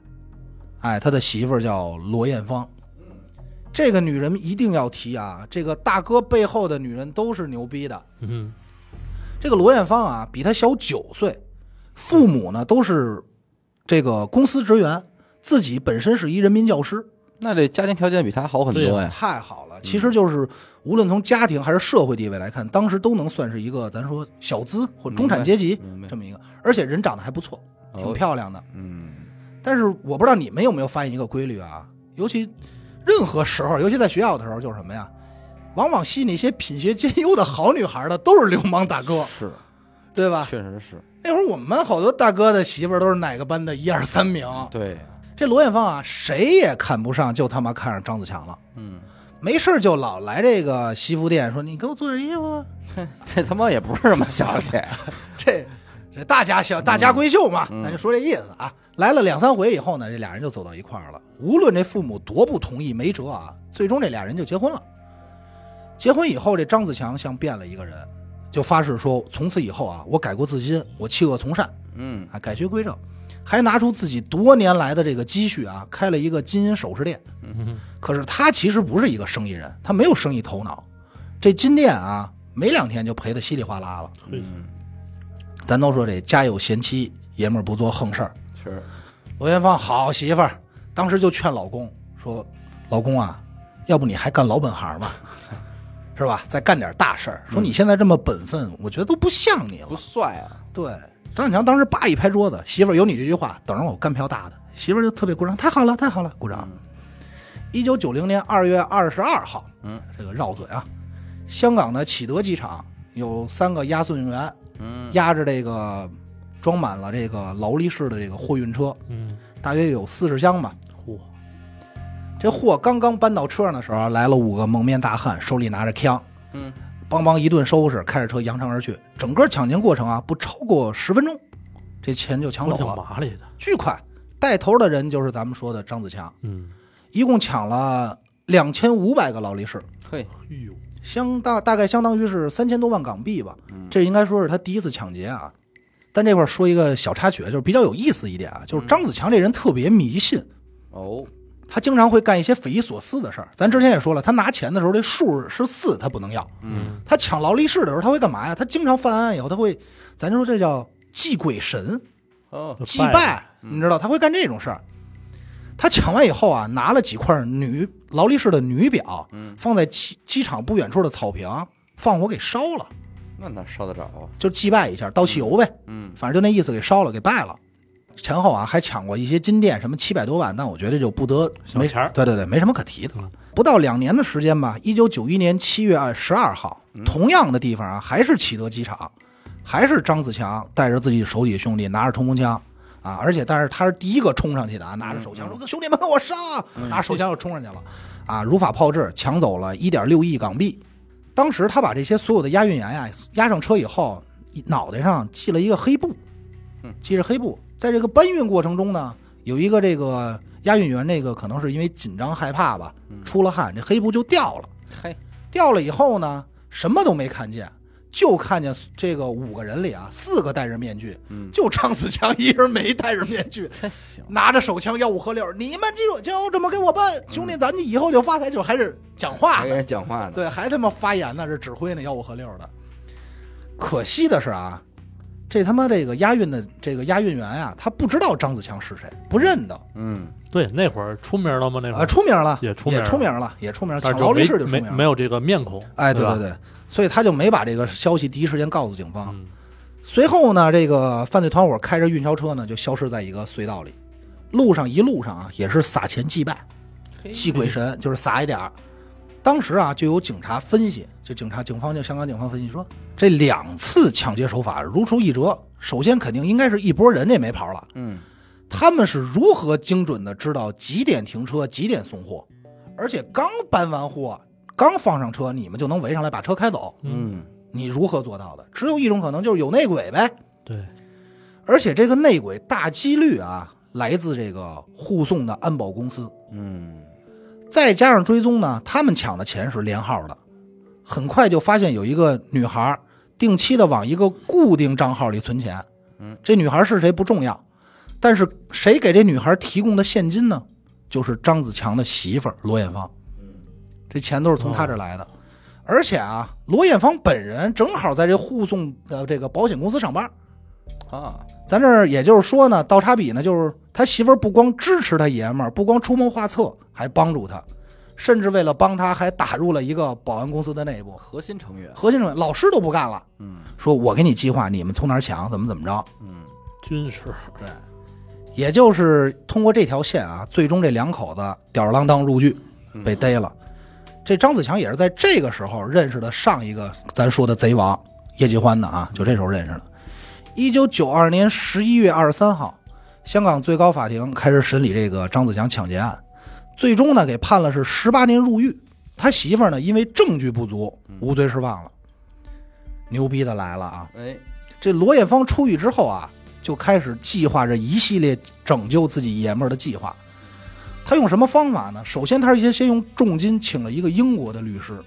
哎，他的媳妇儿叫罗艳芳。这个女人一定要提啊，这个大哥背后的女人都是牛逼的。
嗯，
这个罗艳芳啊，比他小九岁，父母呢都是这个公司职员，自己本身是一人民教师，
那这家庭条件比他好很
对
多呀，
太好
嗯
了。其实就是无论从家庭还是社会地位来看，当时都能算是一个咱说小资或中产阶级
明白，
这么一个，而且人长得还不错，挺
哦，
漂亮的。
嗯，
但是我不知道你们有没有发现一个规律啊，尤其任何时候，尤其在学校的时候，就是什么呀？往往吸引那些品学兼优的好女孩的都是流氓 大哥，
是，
对吧？
确实是，
那会儿我们班好多大哥的媳妇儿都是哪个班的一二三名。
对，
这罗艳芳啊，谁也看不上，就他妈看上张子强了。
嗯，
没事儿就老来这个西服店说：“你给我做点衣服啊。
这他妈也不是什么啊消息，
这”这大家小大家闺秀嘛，
嗯嗯
咱就说这意思啊。来了两三回以后呢，这俩人就走到一块儿了。无论这父母多不同意，没辙啊，最终这俩人就结婚了。结婚以后，这张子强像变了一个人，就发誓说从此以后啊，我改过自新，我弃恶从善
嗯，
啊，改邪归正，还拿出自己多年来的这个积蓄啊，开了一个金银首饰店。
嗯
可是他其实不是一个生意人，他没有生意头脑。这金店啊，没两天就赔得稀里哗啦了。
对
嗯，
咱都说这家有贤妻，爷们儿不做横事儿。
是，
罗元芳好媳妇儿，当时就劝老公说：“老公啊，要不你还干老本行吧，是吧？再干点大事儿。说你现在这么本分，我觉得都不像你了。
不帅啊，
对，张小强当时叭一拍桌子，媳妇儿有你这句话，等着我干票大的。媳妇儿就特别鼓掌，太好了，太好了，鼓掌。一九九零年二月二十二号，
嗯，
这个绕嘴啊，香港的启德机场有三个押送员
嗯，
押着这个装满了这个劳力士的这个货运车，
嗯，
大约有四十箱吧。
嚯，
这货刚刚搬到车上的时候，啊来了五个蒙面大汉，手里拿着枪，
嗯，
梆梆一顿收拾，开着车扬长而去。整个抢劫过程啊，不超过十分钟，这钱就抢
都
走
挺
了，
麻利的，
巨快。带头的人就是咱们说的张子强，
嗯，
一共抢了两千五百个劳力士，
嘿，
哎呦，
相大大概相当于是三千多万港币吧。
嗯
这应该说是他第一次抢劫啊。但这块儿说一个小插曲，就是比较有意思一点啊，
嗯
就是张子强这人特别迷信，
哦，
他经常会干一些匪夷所思的事儿。咱之前也说了，他拿钱的时候这数是四，他不能要；
嗯，
他抢劳力士的时候，他会干嘛呀？他经常犯案以后，他会，咱就说这叫祭鬼神、
哦，
祭
拜
拜，
嗯
你知道他会干这种事儿。他抢完以后啊，拿了几块女劳力士的女表，
嗯，
放在机机场不远处的草坪，放火给烧了，
那哪烧得着啊？
就祭拜一下，倒汽油呗。
嗯
反正就那意思给烧了，给败了。前后啊还抢过一些金店，什么七百多万，但我觉得这就不得
小
没
钱儿
对对对，没什么可提的了
嗯。
不到两年的时间吧，一九九一年七月二十二号，
嗯
同样的地方啊，还是启德机场，还是张子强带着自己手底下兄弟拿着冲锋枪啊，而且但是他是第一个冲上去的啊，拿着手
嗯
枪说：“兄弟们，跟我上啊！”
嗯
拿着手枪就冲上去了，啊，如法炮制，抢走了一点六亿港币。当时他把这些所有的押运员呀、押上车以后，脑袋上系了一个黑布
嗯，
系着黑布。在这个搬运过程中呢，有一个这个押运员，那个可能是因为紧张害怕吧，
嗯
出了汗，这黑布就掉了。
嘿，
掉了以后呢，什么都没看见，就看见这个五个人里啊，四个戴着面具，
嗯，
就张子强一人没戴着面具，
真行，
拿着手枪吆五喝六，你们记住就这么给我办，兄弟，咱就以后就发财，就还是讲话
还
呢
跟人讲话呢，
对，还他妈发言呢，这指挥呢，吆五喝六的。可惜的是啊，这他妈这个押运的这个押运员啊，他不知道张子强是谁，不认得
嗯，
对，那会儿出名了吗？那会
啊，
儿，
出名了，
哎也
也
出名了
出名了，也出名了，
但
抢
是
劳
就
力士就
没
出
没
名了
没。有这个面孔。
哎，对
吧
对，啊对，所以他就没把这个消息第一时间告诉警方。
嗯，
随后呢，这个犯罪团伙开着运钞车呢，就消失在一个隧道里。路上一路上啊，也是撒钱祭拜，祭鬼神，就是撒一点儿。当时啊，就有警察分析，就警察警方就香港警方分析说，这两次抢劫手法如出一辙。首先，肯定应该是一拨人这没跑了，
嗯，
他们是如何精准的知道几点停车、几点送货，而且刚搬完货、刚放上车，你们就能围上来把车开走。
嗯，
你如何做到的？只有一种可能，就是有内鬼呗。
对，
而且这个内鬼大几率啊，来自这个护送的安保公司，
嗯，
再加上追踪呢，他们抢的钱是连号的，很快就发现有一个女孩儿定期的往一个固定账号里存钱。
嗯，
这女孩儿是谁不重要，但是谁给这女孩儿提供的现金呢？就是张子强的媳妇儿罗艳芳。这钱都是从他这儿来的。而且啊，罗艳芳本人正好在这护送的这个保险公司上班，
啊，
咱这儿也就是说呢，倒插笔呢，就是他媳妇儿不光支持他爷们儿，不光出谋划策，还帮助他，甚至为了帮他还打入了一个保安公司的内部。
核心成员，
核心成员老师都不干了，
嗯
说我给你计划，你们从哪儿抢，怎么怎么着。
嗯，
军事
也就是通过这条线啊，最终这两口子吊儿郎当入狱，
嗯
被逮了。这张子强也是在这个时候认识的上一个咱说的贼王叶继欢的啊，就这时候认识的。一九九二年十一月二十三号，香港最高法庭开始审理这个张子强抢劫案，最终呢给判了是十八年入狱。他媳妇儿呢因为证据不足，无罪释放了。牛逼的来了啊！
哎，
这罗艳芳出狱之后啊，就开始计划着一系列拯救自己爷们儿的计划。他用什么方法呢？首先，他是先先用重金请了一个英国的律师。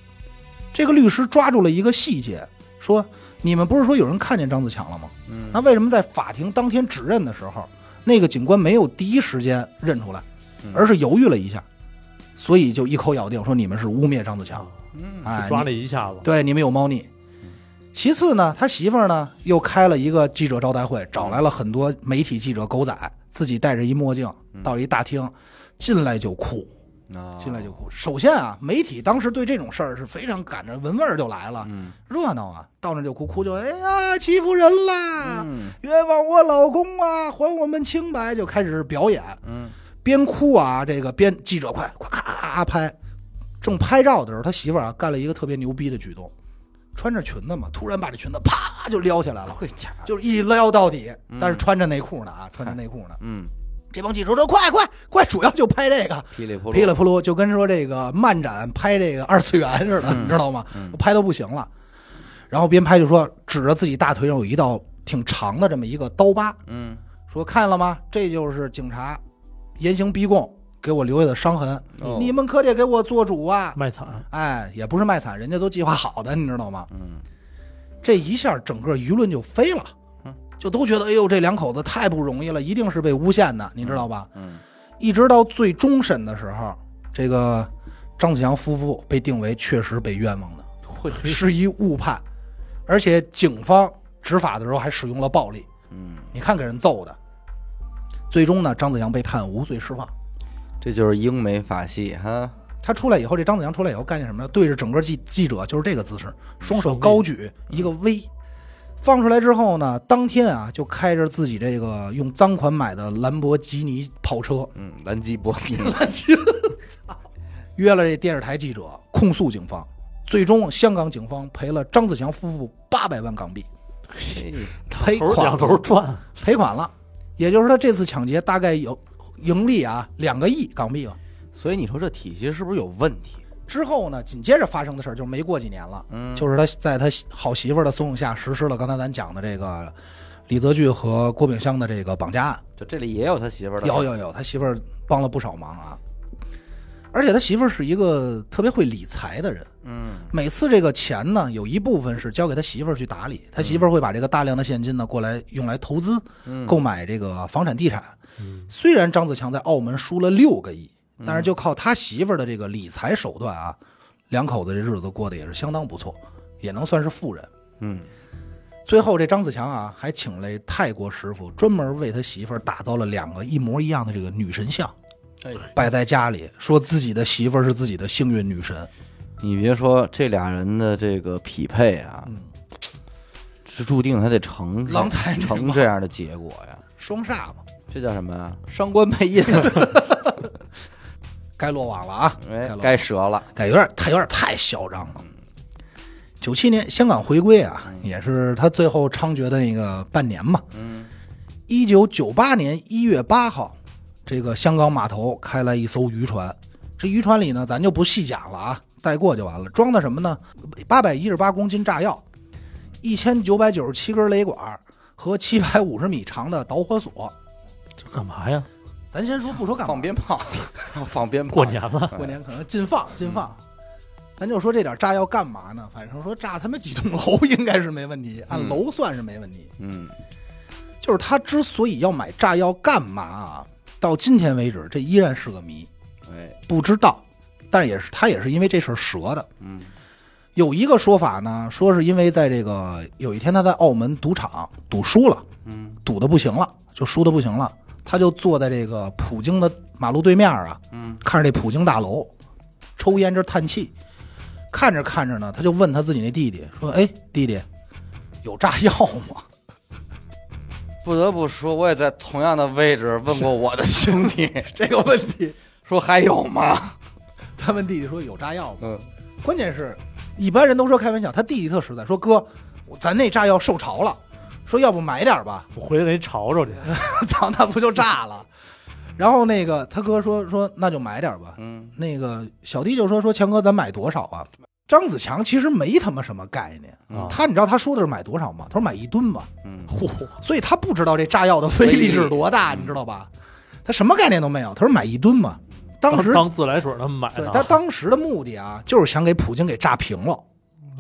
这个律师抓住了一个细节，说：“你们不是说有人看见张子强了吗？
嗯
那为什么在法庭当天指认的时候，那个警官没有第一时间认出来，
嗯
而是犹豫了一下？所以就一口咬定说你们是污蔑张子强。
嗯
哎，
抓
你
了一下子，
对，你们有猫腻。其次呢，他媳妇儿呢又开了一个记者招待会，找来了很多媒体记者狗仔，自己戴着一墨镜到一大厅，进来就哭，
啊，
进来就哭。首先啊，媒体当时对这种事儿是非常赶着闻味儿就来了，
嗯
热闹啊，到那就哭，哭就哎呀欺负人啦，
嗯
冤枉我老公啊，还我们清白，就开始表演，
嗯
边哭啊，这个边记者快快咔拍，正拍照的时候，他媳妇儿啊干了一个特别牛逼的举动，穿着裙子嘛，突然把这裙子啪就撩起来了，
会家伙，
就是一撩到底
嗯，
但是穿着内裤呢啊，穿着内裤呢。
嗯，
这帮记者说快快快，主要就拍这个，
噼里扑
噼里扑噜，就跟说这个漫展拍这个二次元似的，
嗯
你知道吗
嗯？
拍到不行了，然后边拍就说指着自己大腿上有一道挺长的这么一个刀疤，
嗯
说看了吗？这就是警察严刑逼供给我留下的伤痕，
哦
你们可得给我做主啊！
卖惨，
哎，也不是卖惨，人家都计划好的，你知道吗？
嗯
这一下整个舆论就飞了
嗯，
就都觉得哎呦这两口子太不容易了，一定是被诬陷的，你知道吧？
嗯
一直到最终审的时候，这个张子强夫妇被定为确实被冤枉的，
会
是一误判，而且警方执法的时候还使用了暴力，
嗯，
你看给人揍的。最终呢，张子强被判无罪释放。
这就是英美法系哈，
他出来以后，这张子强出来以后干些什么呢？对着整个记记者就是这个姿势，双手高举一个 V。放出来之后呢，当天啊就开着自己这个用赃款买的兰博基尼跑车，
嗯，兰基 博尼，
约了这电视台记者控诉警方。最终，香港警方赔了张子强夫妇八百万港币，
嘿
赔
头两
款
头转，
赔款了。也就是他这次抢劫大概有盈利啊两个亿港币吧。
所以你说这体系是不是有问题？
之后呢，紧接着发生的事儿就是没过几年了，
嗯，
就是他在他好媳妇儿的怂恿下实施了刚才咱讲的这个李泽钜和郭炳湘的这个绑架案。
就这里也有他媳妇儿的，
有，有有，他媳妇儿帮了不少忙啊。而且他媳妇儿是一个特别会理财的人，
嗯
每次这个钱呢，有一部分是交给他媳妇儿去打理，他媳妇儿会把这个大量的现金呢过来用来投资，
嗯，
购买这个房产地产。
嗯，
虽然张子强在澳门输了六个亿，
嗯
但是就靠他媳妇儿的这个理财手段啊，两口子这日子过得也是相当不错，也能算是富人。
嗯，
最后，这张子强啊，还请了泰国师傅专门为他媳妇儿打造了两个一模一样的这个女神像，
哎，
摆在家里，说自己的媳妇儿是自己的幸运女神。
你别说这俩人的这个匹配啊，
嗯，
是注定还得成
郎才女
成
貌
这样的结果呀，
双煞嘛，
这叫什么呀？伤官配 印，
该落网了啊，
哎
落，网
该折了，
哎，有点太有点太嚣张了。九七年香港回归啊，也是他最后猖獗的那个半年嘛。
嗯，
一九九八年一月八号，这个香港码头开来一艘渔船，这渔船里呢，咱就不细讲了啊，带过就完了。装的什么呢？八百一十八公斤炸药，一千九百九十七根雷管和七百五十米长的导火索。
这干嘛呀？
咱先说不说干嘛，
放鞭炮， 放鞭炮，
过年了，
哎
过年可能禁放禁放。咱就说这点炸药干嘛呢？反正说炸他妈几栋楼应该是没问题，按
嗯
楼算是没问题。
嗯
就是他之所以要买炸药干嘛啊？到今天为止，这依然是个谜，
哎，
不知道。但也是他也是因为这事儿折的。
嗯
有一个说法呢，说是因为在这个有一天他在澳门赌场赌输了，
嗯
赌的不行了，就输的不行了，他就坐在这个普京的马路对面啊，
嗯，
看着这普京大楼，抽烟这叹气，看着看着呢，他就问他自己那弟弟说：“哎，弟弟，有炸药吗
不得不说，我也在同样的位置问过我的兄弟这个问题， 说还有吗？？”
他问弟弟说：“有炸药吗
嗯，？”
关键是，一般人都说开玩笑，他弟弟特实在，说：“哥，我咱那炸药受潮了，说要不买点吧，
我回去给你瞅瞅去。
操，那不就炸了？”然后那个他哥说：“说那就买点吧。”
嗯，
那个小弟就说：“说强哥，咱买多少啊？”张子强其实没他妈什么概念，
啊，
嗯他你知道他说的是买多少吗？他说买一吨吧。
嗯，
嚯，
所以他不知道这炸药的威力是多大，
嗯
你知道吧？他什么概念都没有。他说买一吨嘛，当时
当自来水那么买
对
的，
他当时的目的啊，就是想给普京给炸平了，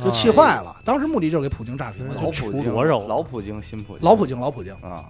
就气
啊
坏了。当时目的就是给普京炸平了，
老
就
老
去
普
出
京
多肉，
老普京，新普京，
老普京，老普京。
啊，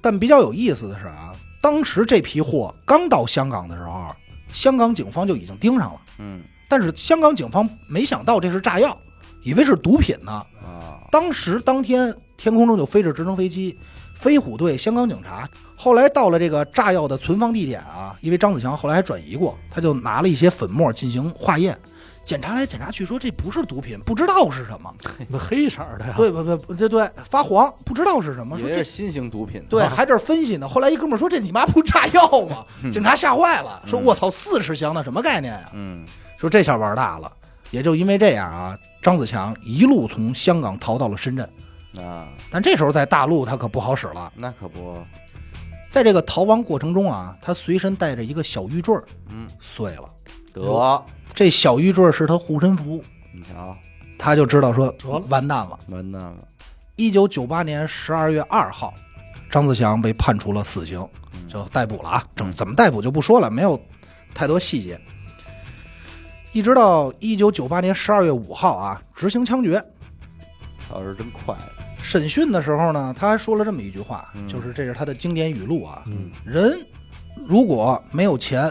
但比较有意思的是啊，当时这批货刚到香港的时候，香港警方就已经盯上了，
嗯
但是香港警方没想到这是炸药，以为是毒品呢。
啊，
当时当天天空中就飞着直升飞机，飞虎队、香港警察。后来到了这个炸药的存放地点啊，因为张子强后来还转移过，他就拿了一些粉末进行化验，检查来检查去，说这不是毒品，不知道是什 么。
那黑色儿的呀，
对不不不，这对发黄，不知道是什么。
以
说
为
这
是新型毒品，啊
对， 还这分析呢。后来一哥们儿说这你妈不炸药 吗？警察吓坏了，说
嗯
我操，四十箱那什么概念呀、
嗯
说这下玩大了。也就因为这样啊，张子强一路从香港逃到了深圳。
啊，
但这时候在大陆他可不好使了，
那可不，
在这个逃亡过程中啊，他随身带着一个小玉坠儿，
嗯，
碎了。
得，
这小玉坠儿是他护身符，
你瞧，
他就知道说
得了
完蛋了。
完蛋了，
一九九八年十二月二号，张子强被判处了死刑，
嗯
就逮捕了啊。怎怎么逮捕就不说了，没有太多细节。一直到一九九八年十二月五号啊，执行枪决。
倒是真快，
审讯的时候呢，他还说了这么一句话，
嗯
就是这是他的经典语录啊：
嗯
人如果没有钱，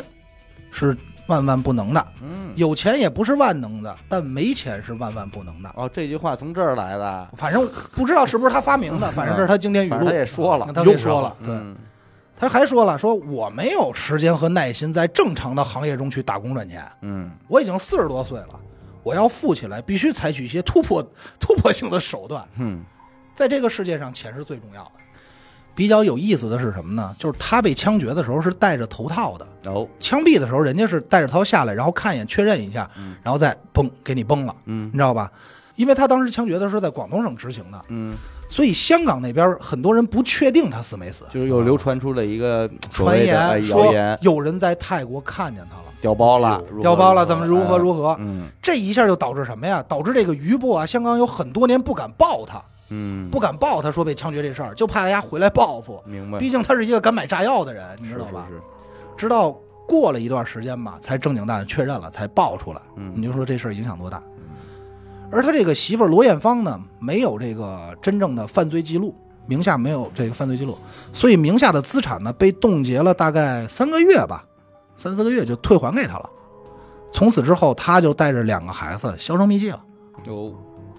是万万不能的；
嗯，
有钱也不是万能的，但没钱是万万不能的。
哦，这句话从这儿来的，
反正不知道是不是他发明的，反正这是他经典
嗯
语
反
录
正他。也说了
那，他给
用上
说
了
了，对，
嗯
他还说了，说我没有时间和耐心在正常的行业中去打工赚钱，
嗯
我已经四十多岁了，我要富起来必须采取一些突破 突破性的手段。
嗯
在这个世界上，钱是最重要的。比较有意思的是什么呢？就是他被枪决的时候是戴着头套的，
哦，
枪毙的时候人家是戴着头下来，然后看一眼确认一下
嗯，
然后再嘣给你崩了，
嗯
你知道吧？因为他当时枪决的是在广东省执行的，
嗯，
所以香港那边很多人不确定他死没死。
就是又流传出了一个所
传
谓的哎
言
谣
说
言，
有人在泰国看见他了，
掉哎包了，如何
掉包了，怎么如何如何？
嗯
这一下就导致什么呀？导致这个余波啊，香港有很多年不敢报他，
嗯，
不敢报他说被枪决这事儿，就怕他回来报复。
明白，
毕竟他是一个敢买炸药的人，你知道吧？
是是
直到过了一段时间吧，才正经大的确认了，才爆出来。
嗯，
你就说这事儿影响多大？而他这个媳妇儿罗艳芳呢，没有这个真正的犯罪记录，名下没有这个犯罪记录，所以名下的资产呢被冻结了大概三个月吧，三四个月就退还给他了。从此之后，他就带着两个孩子销声匿迹了，
有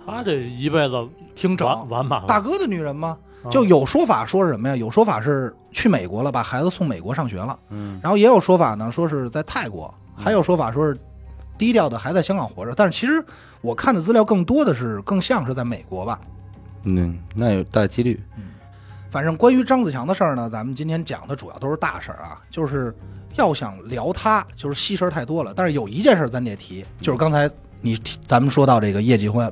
他这一辈子
听
完
整
完满了，
大哥的女人吗？
啊
就有说法说是什么呀？有说法是去美国了，把孩子送美国上学了，
嗯
然后也有说法呢说是在泰国，
嗯
还有说法说是低调的还在香港活着。但是其实我看的资料更多的是更像是在美国吧。
嗯，那有大几率，
反正关于张子强的事儿呢，咱们今天讲的主要都是大事儿啊，就是要想聊他，就是细事儿太多了。但是有一件事儿咱得提，就是刚才你提咱们说到这个叶继欢，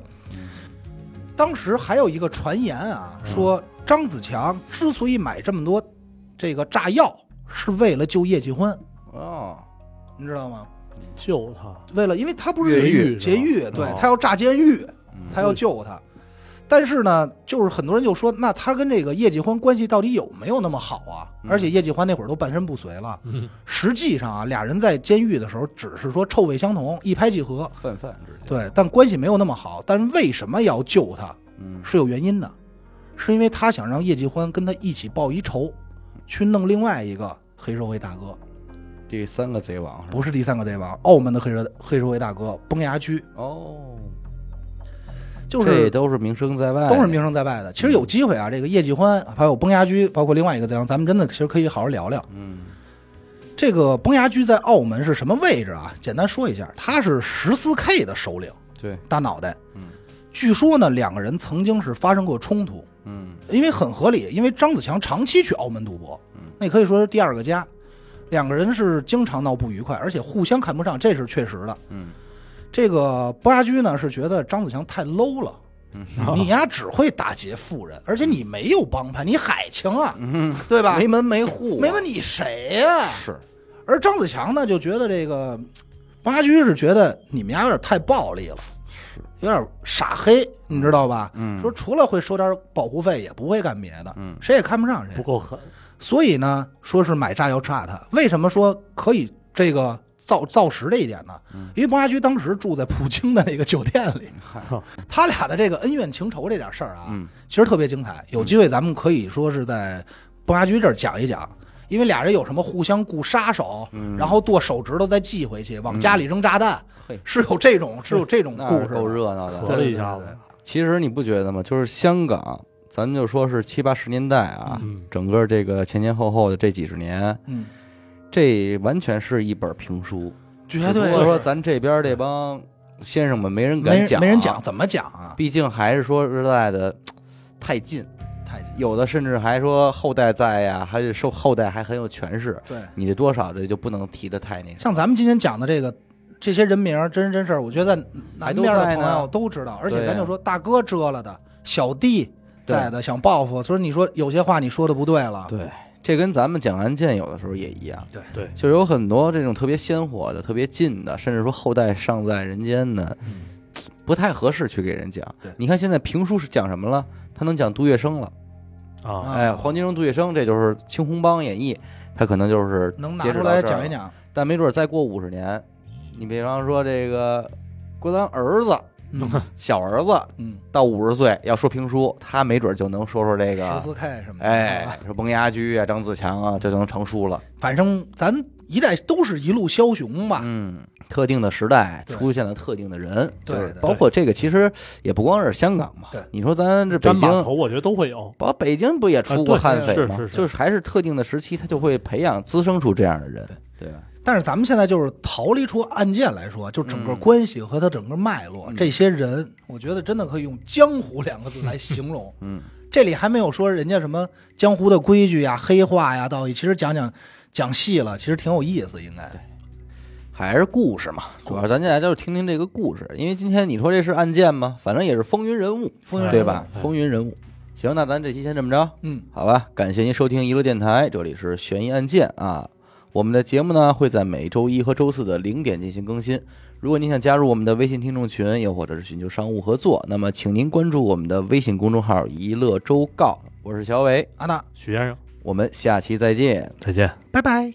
当时还有一个传言啊，
嗯
说张子强之所以买这么多这个炸药，是为了救叶继欢，
哦，
你知道吗？
救他，
为了，因为他不
越
是
狱
劫狱，
是吧
对
哦
他要炸监狱，
嗯
他要救他。但是呢，就是很多人就说，那他跟这个叶继欢关系到底有没有那么好啊？
嗯
而且叶继欢那会儿都半身不遂了。
嗯，
实际上啊，俩人在监狱的时候只是说臭味相同，一拍即合，
泛泛之间，
对，但关系没有那么好。但为什么要救他
嗯
是有原因的，是因为他想让叶继欢跟他一起报一仇，去弄另外一个黑社会大哥，
嗯第三个贼王是吧
不是第三个贼王，澳门的黑社黑社会大哥崩牙区，
哦，
就是
这都是名声在外，
都是名声在外的。其实有机会啊，这个叶继欢，还有崩牙驹，包括另外一个贼王，咱们真的其实可以好好聊聊。
嗯
这个崩牙驹在澳门是什么位置啊？简单说一下，他是十四 K 的首领，
对，
大脑袋。
嗯
据说呢，两个人曾经是发生过冲突，
嗯
因为很合理，因为张子强长期去澳门赌博
嗯，
那可以说是第二个家。两个人是经常闹不愉快，而且互相看不上，这是确实的。
嗯
这个崩牙驹呢是觉得张子强太 low 了，
啊
你呀只会打劫富人，而且你没有帮派，你海清啊，
嗯，
对吧？
没门没户啊，
没问你谁呀、
是，
而张子强呢，就觉得这个八居是觉得你们家有点太暴力了，有点傻黑，你知道吧？
嗯
说除了会收点保护费，也不会干别的，
嗯
谁也看不上
不
谁。
够狠，
所以呢，说是买炸药炸他。为什么说可以这个造造实这一点呢？
嗯
因为八居当时住在普京的那个酒店 里，他俩的这个恩怨情仇这点事儿啊，
嗯
其实特别精彩。有机会咱们可以说是在崩牙驹这儿讲一讲，因为俩人有什么互相雇杀手，
嗯
然后剁手指头再寄回去，往家里扔炸弹，
嘿
是有这种是有这种
那
故
是
事
够
的。
热闹的，
合了一下
对对
子，
其实你不觉得吗？就是香港，咱们就说是七八十年代啊，
嗯
整个这个前前后后的这几十年，
嗯，
这完全是一本评书。
绝
只
哎对
不过说
是
咱这边这帮先生们没人
没
敢讲、啊
人没人讲，怎么讲啊？
毕竟还是说实在的，太近，
太紧
有的甚至还说后代在呀，还得受后代还很有权势。
对，
你这多少这就不能提的太那个，
像咱们今天讲的这个。这些人名儿真人真事儿，我觉得南
还都
边的
在
朋友
呢
都知道，而且
对
咱就说大哥遮了的，小弟
对
在的想报复，所以你说有些话你说的不对了，
对，这跟咱们讲案件有的时候也一样。
啊对
对
就是有很多这种特别鲜活的、特别近的，甚至说后代尚在人间的，不太合适去给人讲
对。
你看现在评书是讲什么了？他能讲杜月笙了，
啊，
啊
哎，黄金荣、杜月笙，这就是青红帮演义，他可能就是
能拿
截止
出
到
来
这儿
讲一
了。
讲。
但没准再过五十年，你比方说这个郭咱儿子
嗯
小儿子
嗯，
到五十岁要说评书，他没准就能说说这
十
个，
四 K 什么的，
哎，说崩牙驹啊、张自强啊，这就能成书了。
反正咱一代都是一路枭雄吧，
嗯，特定的时代
对
出现了特定的人，
对
就是
对
包括这个，其实也不光是香港嘛。
对
你说咱这北
粘码头，
京，
我觉得都会有。
包北京不也出过
啊
悍
对
匪
是
吗？
是是
就是还是特定的时期，他就会培养滋生出这样的人，对啊吧？
但是咱们现在就是逃离出案件来说，就整个
嗯
关系和他整个脉络，
嗯
这些人，我觉得真的可以用“江湖”两个字来形容。
嗯，
这里还没有说人家什么江湖的规矩呀、黑话呀、道义，其实讲讲讲细了，其实挺有意思，应该。
还是故事嘛，主要咱家就是听听这个故事，因为今天你说这是案件吗？反正也是风云人物，
风云人物
对吧？
哎
风云人物。行，那咱这期先这么着，
嗯，
好吧？感谢您收听娱乐电台，这里是悬疑案件啊。我们的节目呢会在每周一和周四的零点进行更新。如果您想加入我们的微信听众群，又或者是寻求商务合作，那么请您关注我们的微信公众号“娱乐周告”。我是小伟，
安娜，
许先生，
我们下期再见。
再见。
拜拜。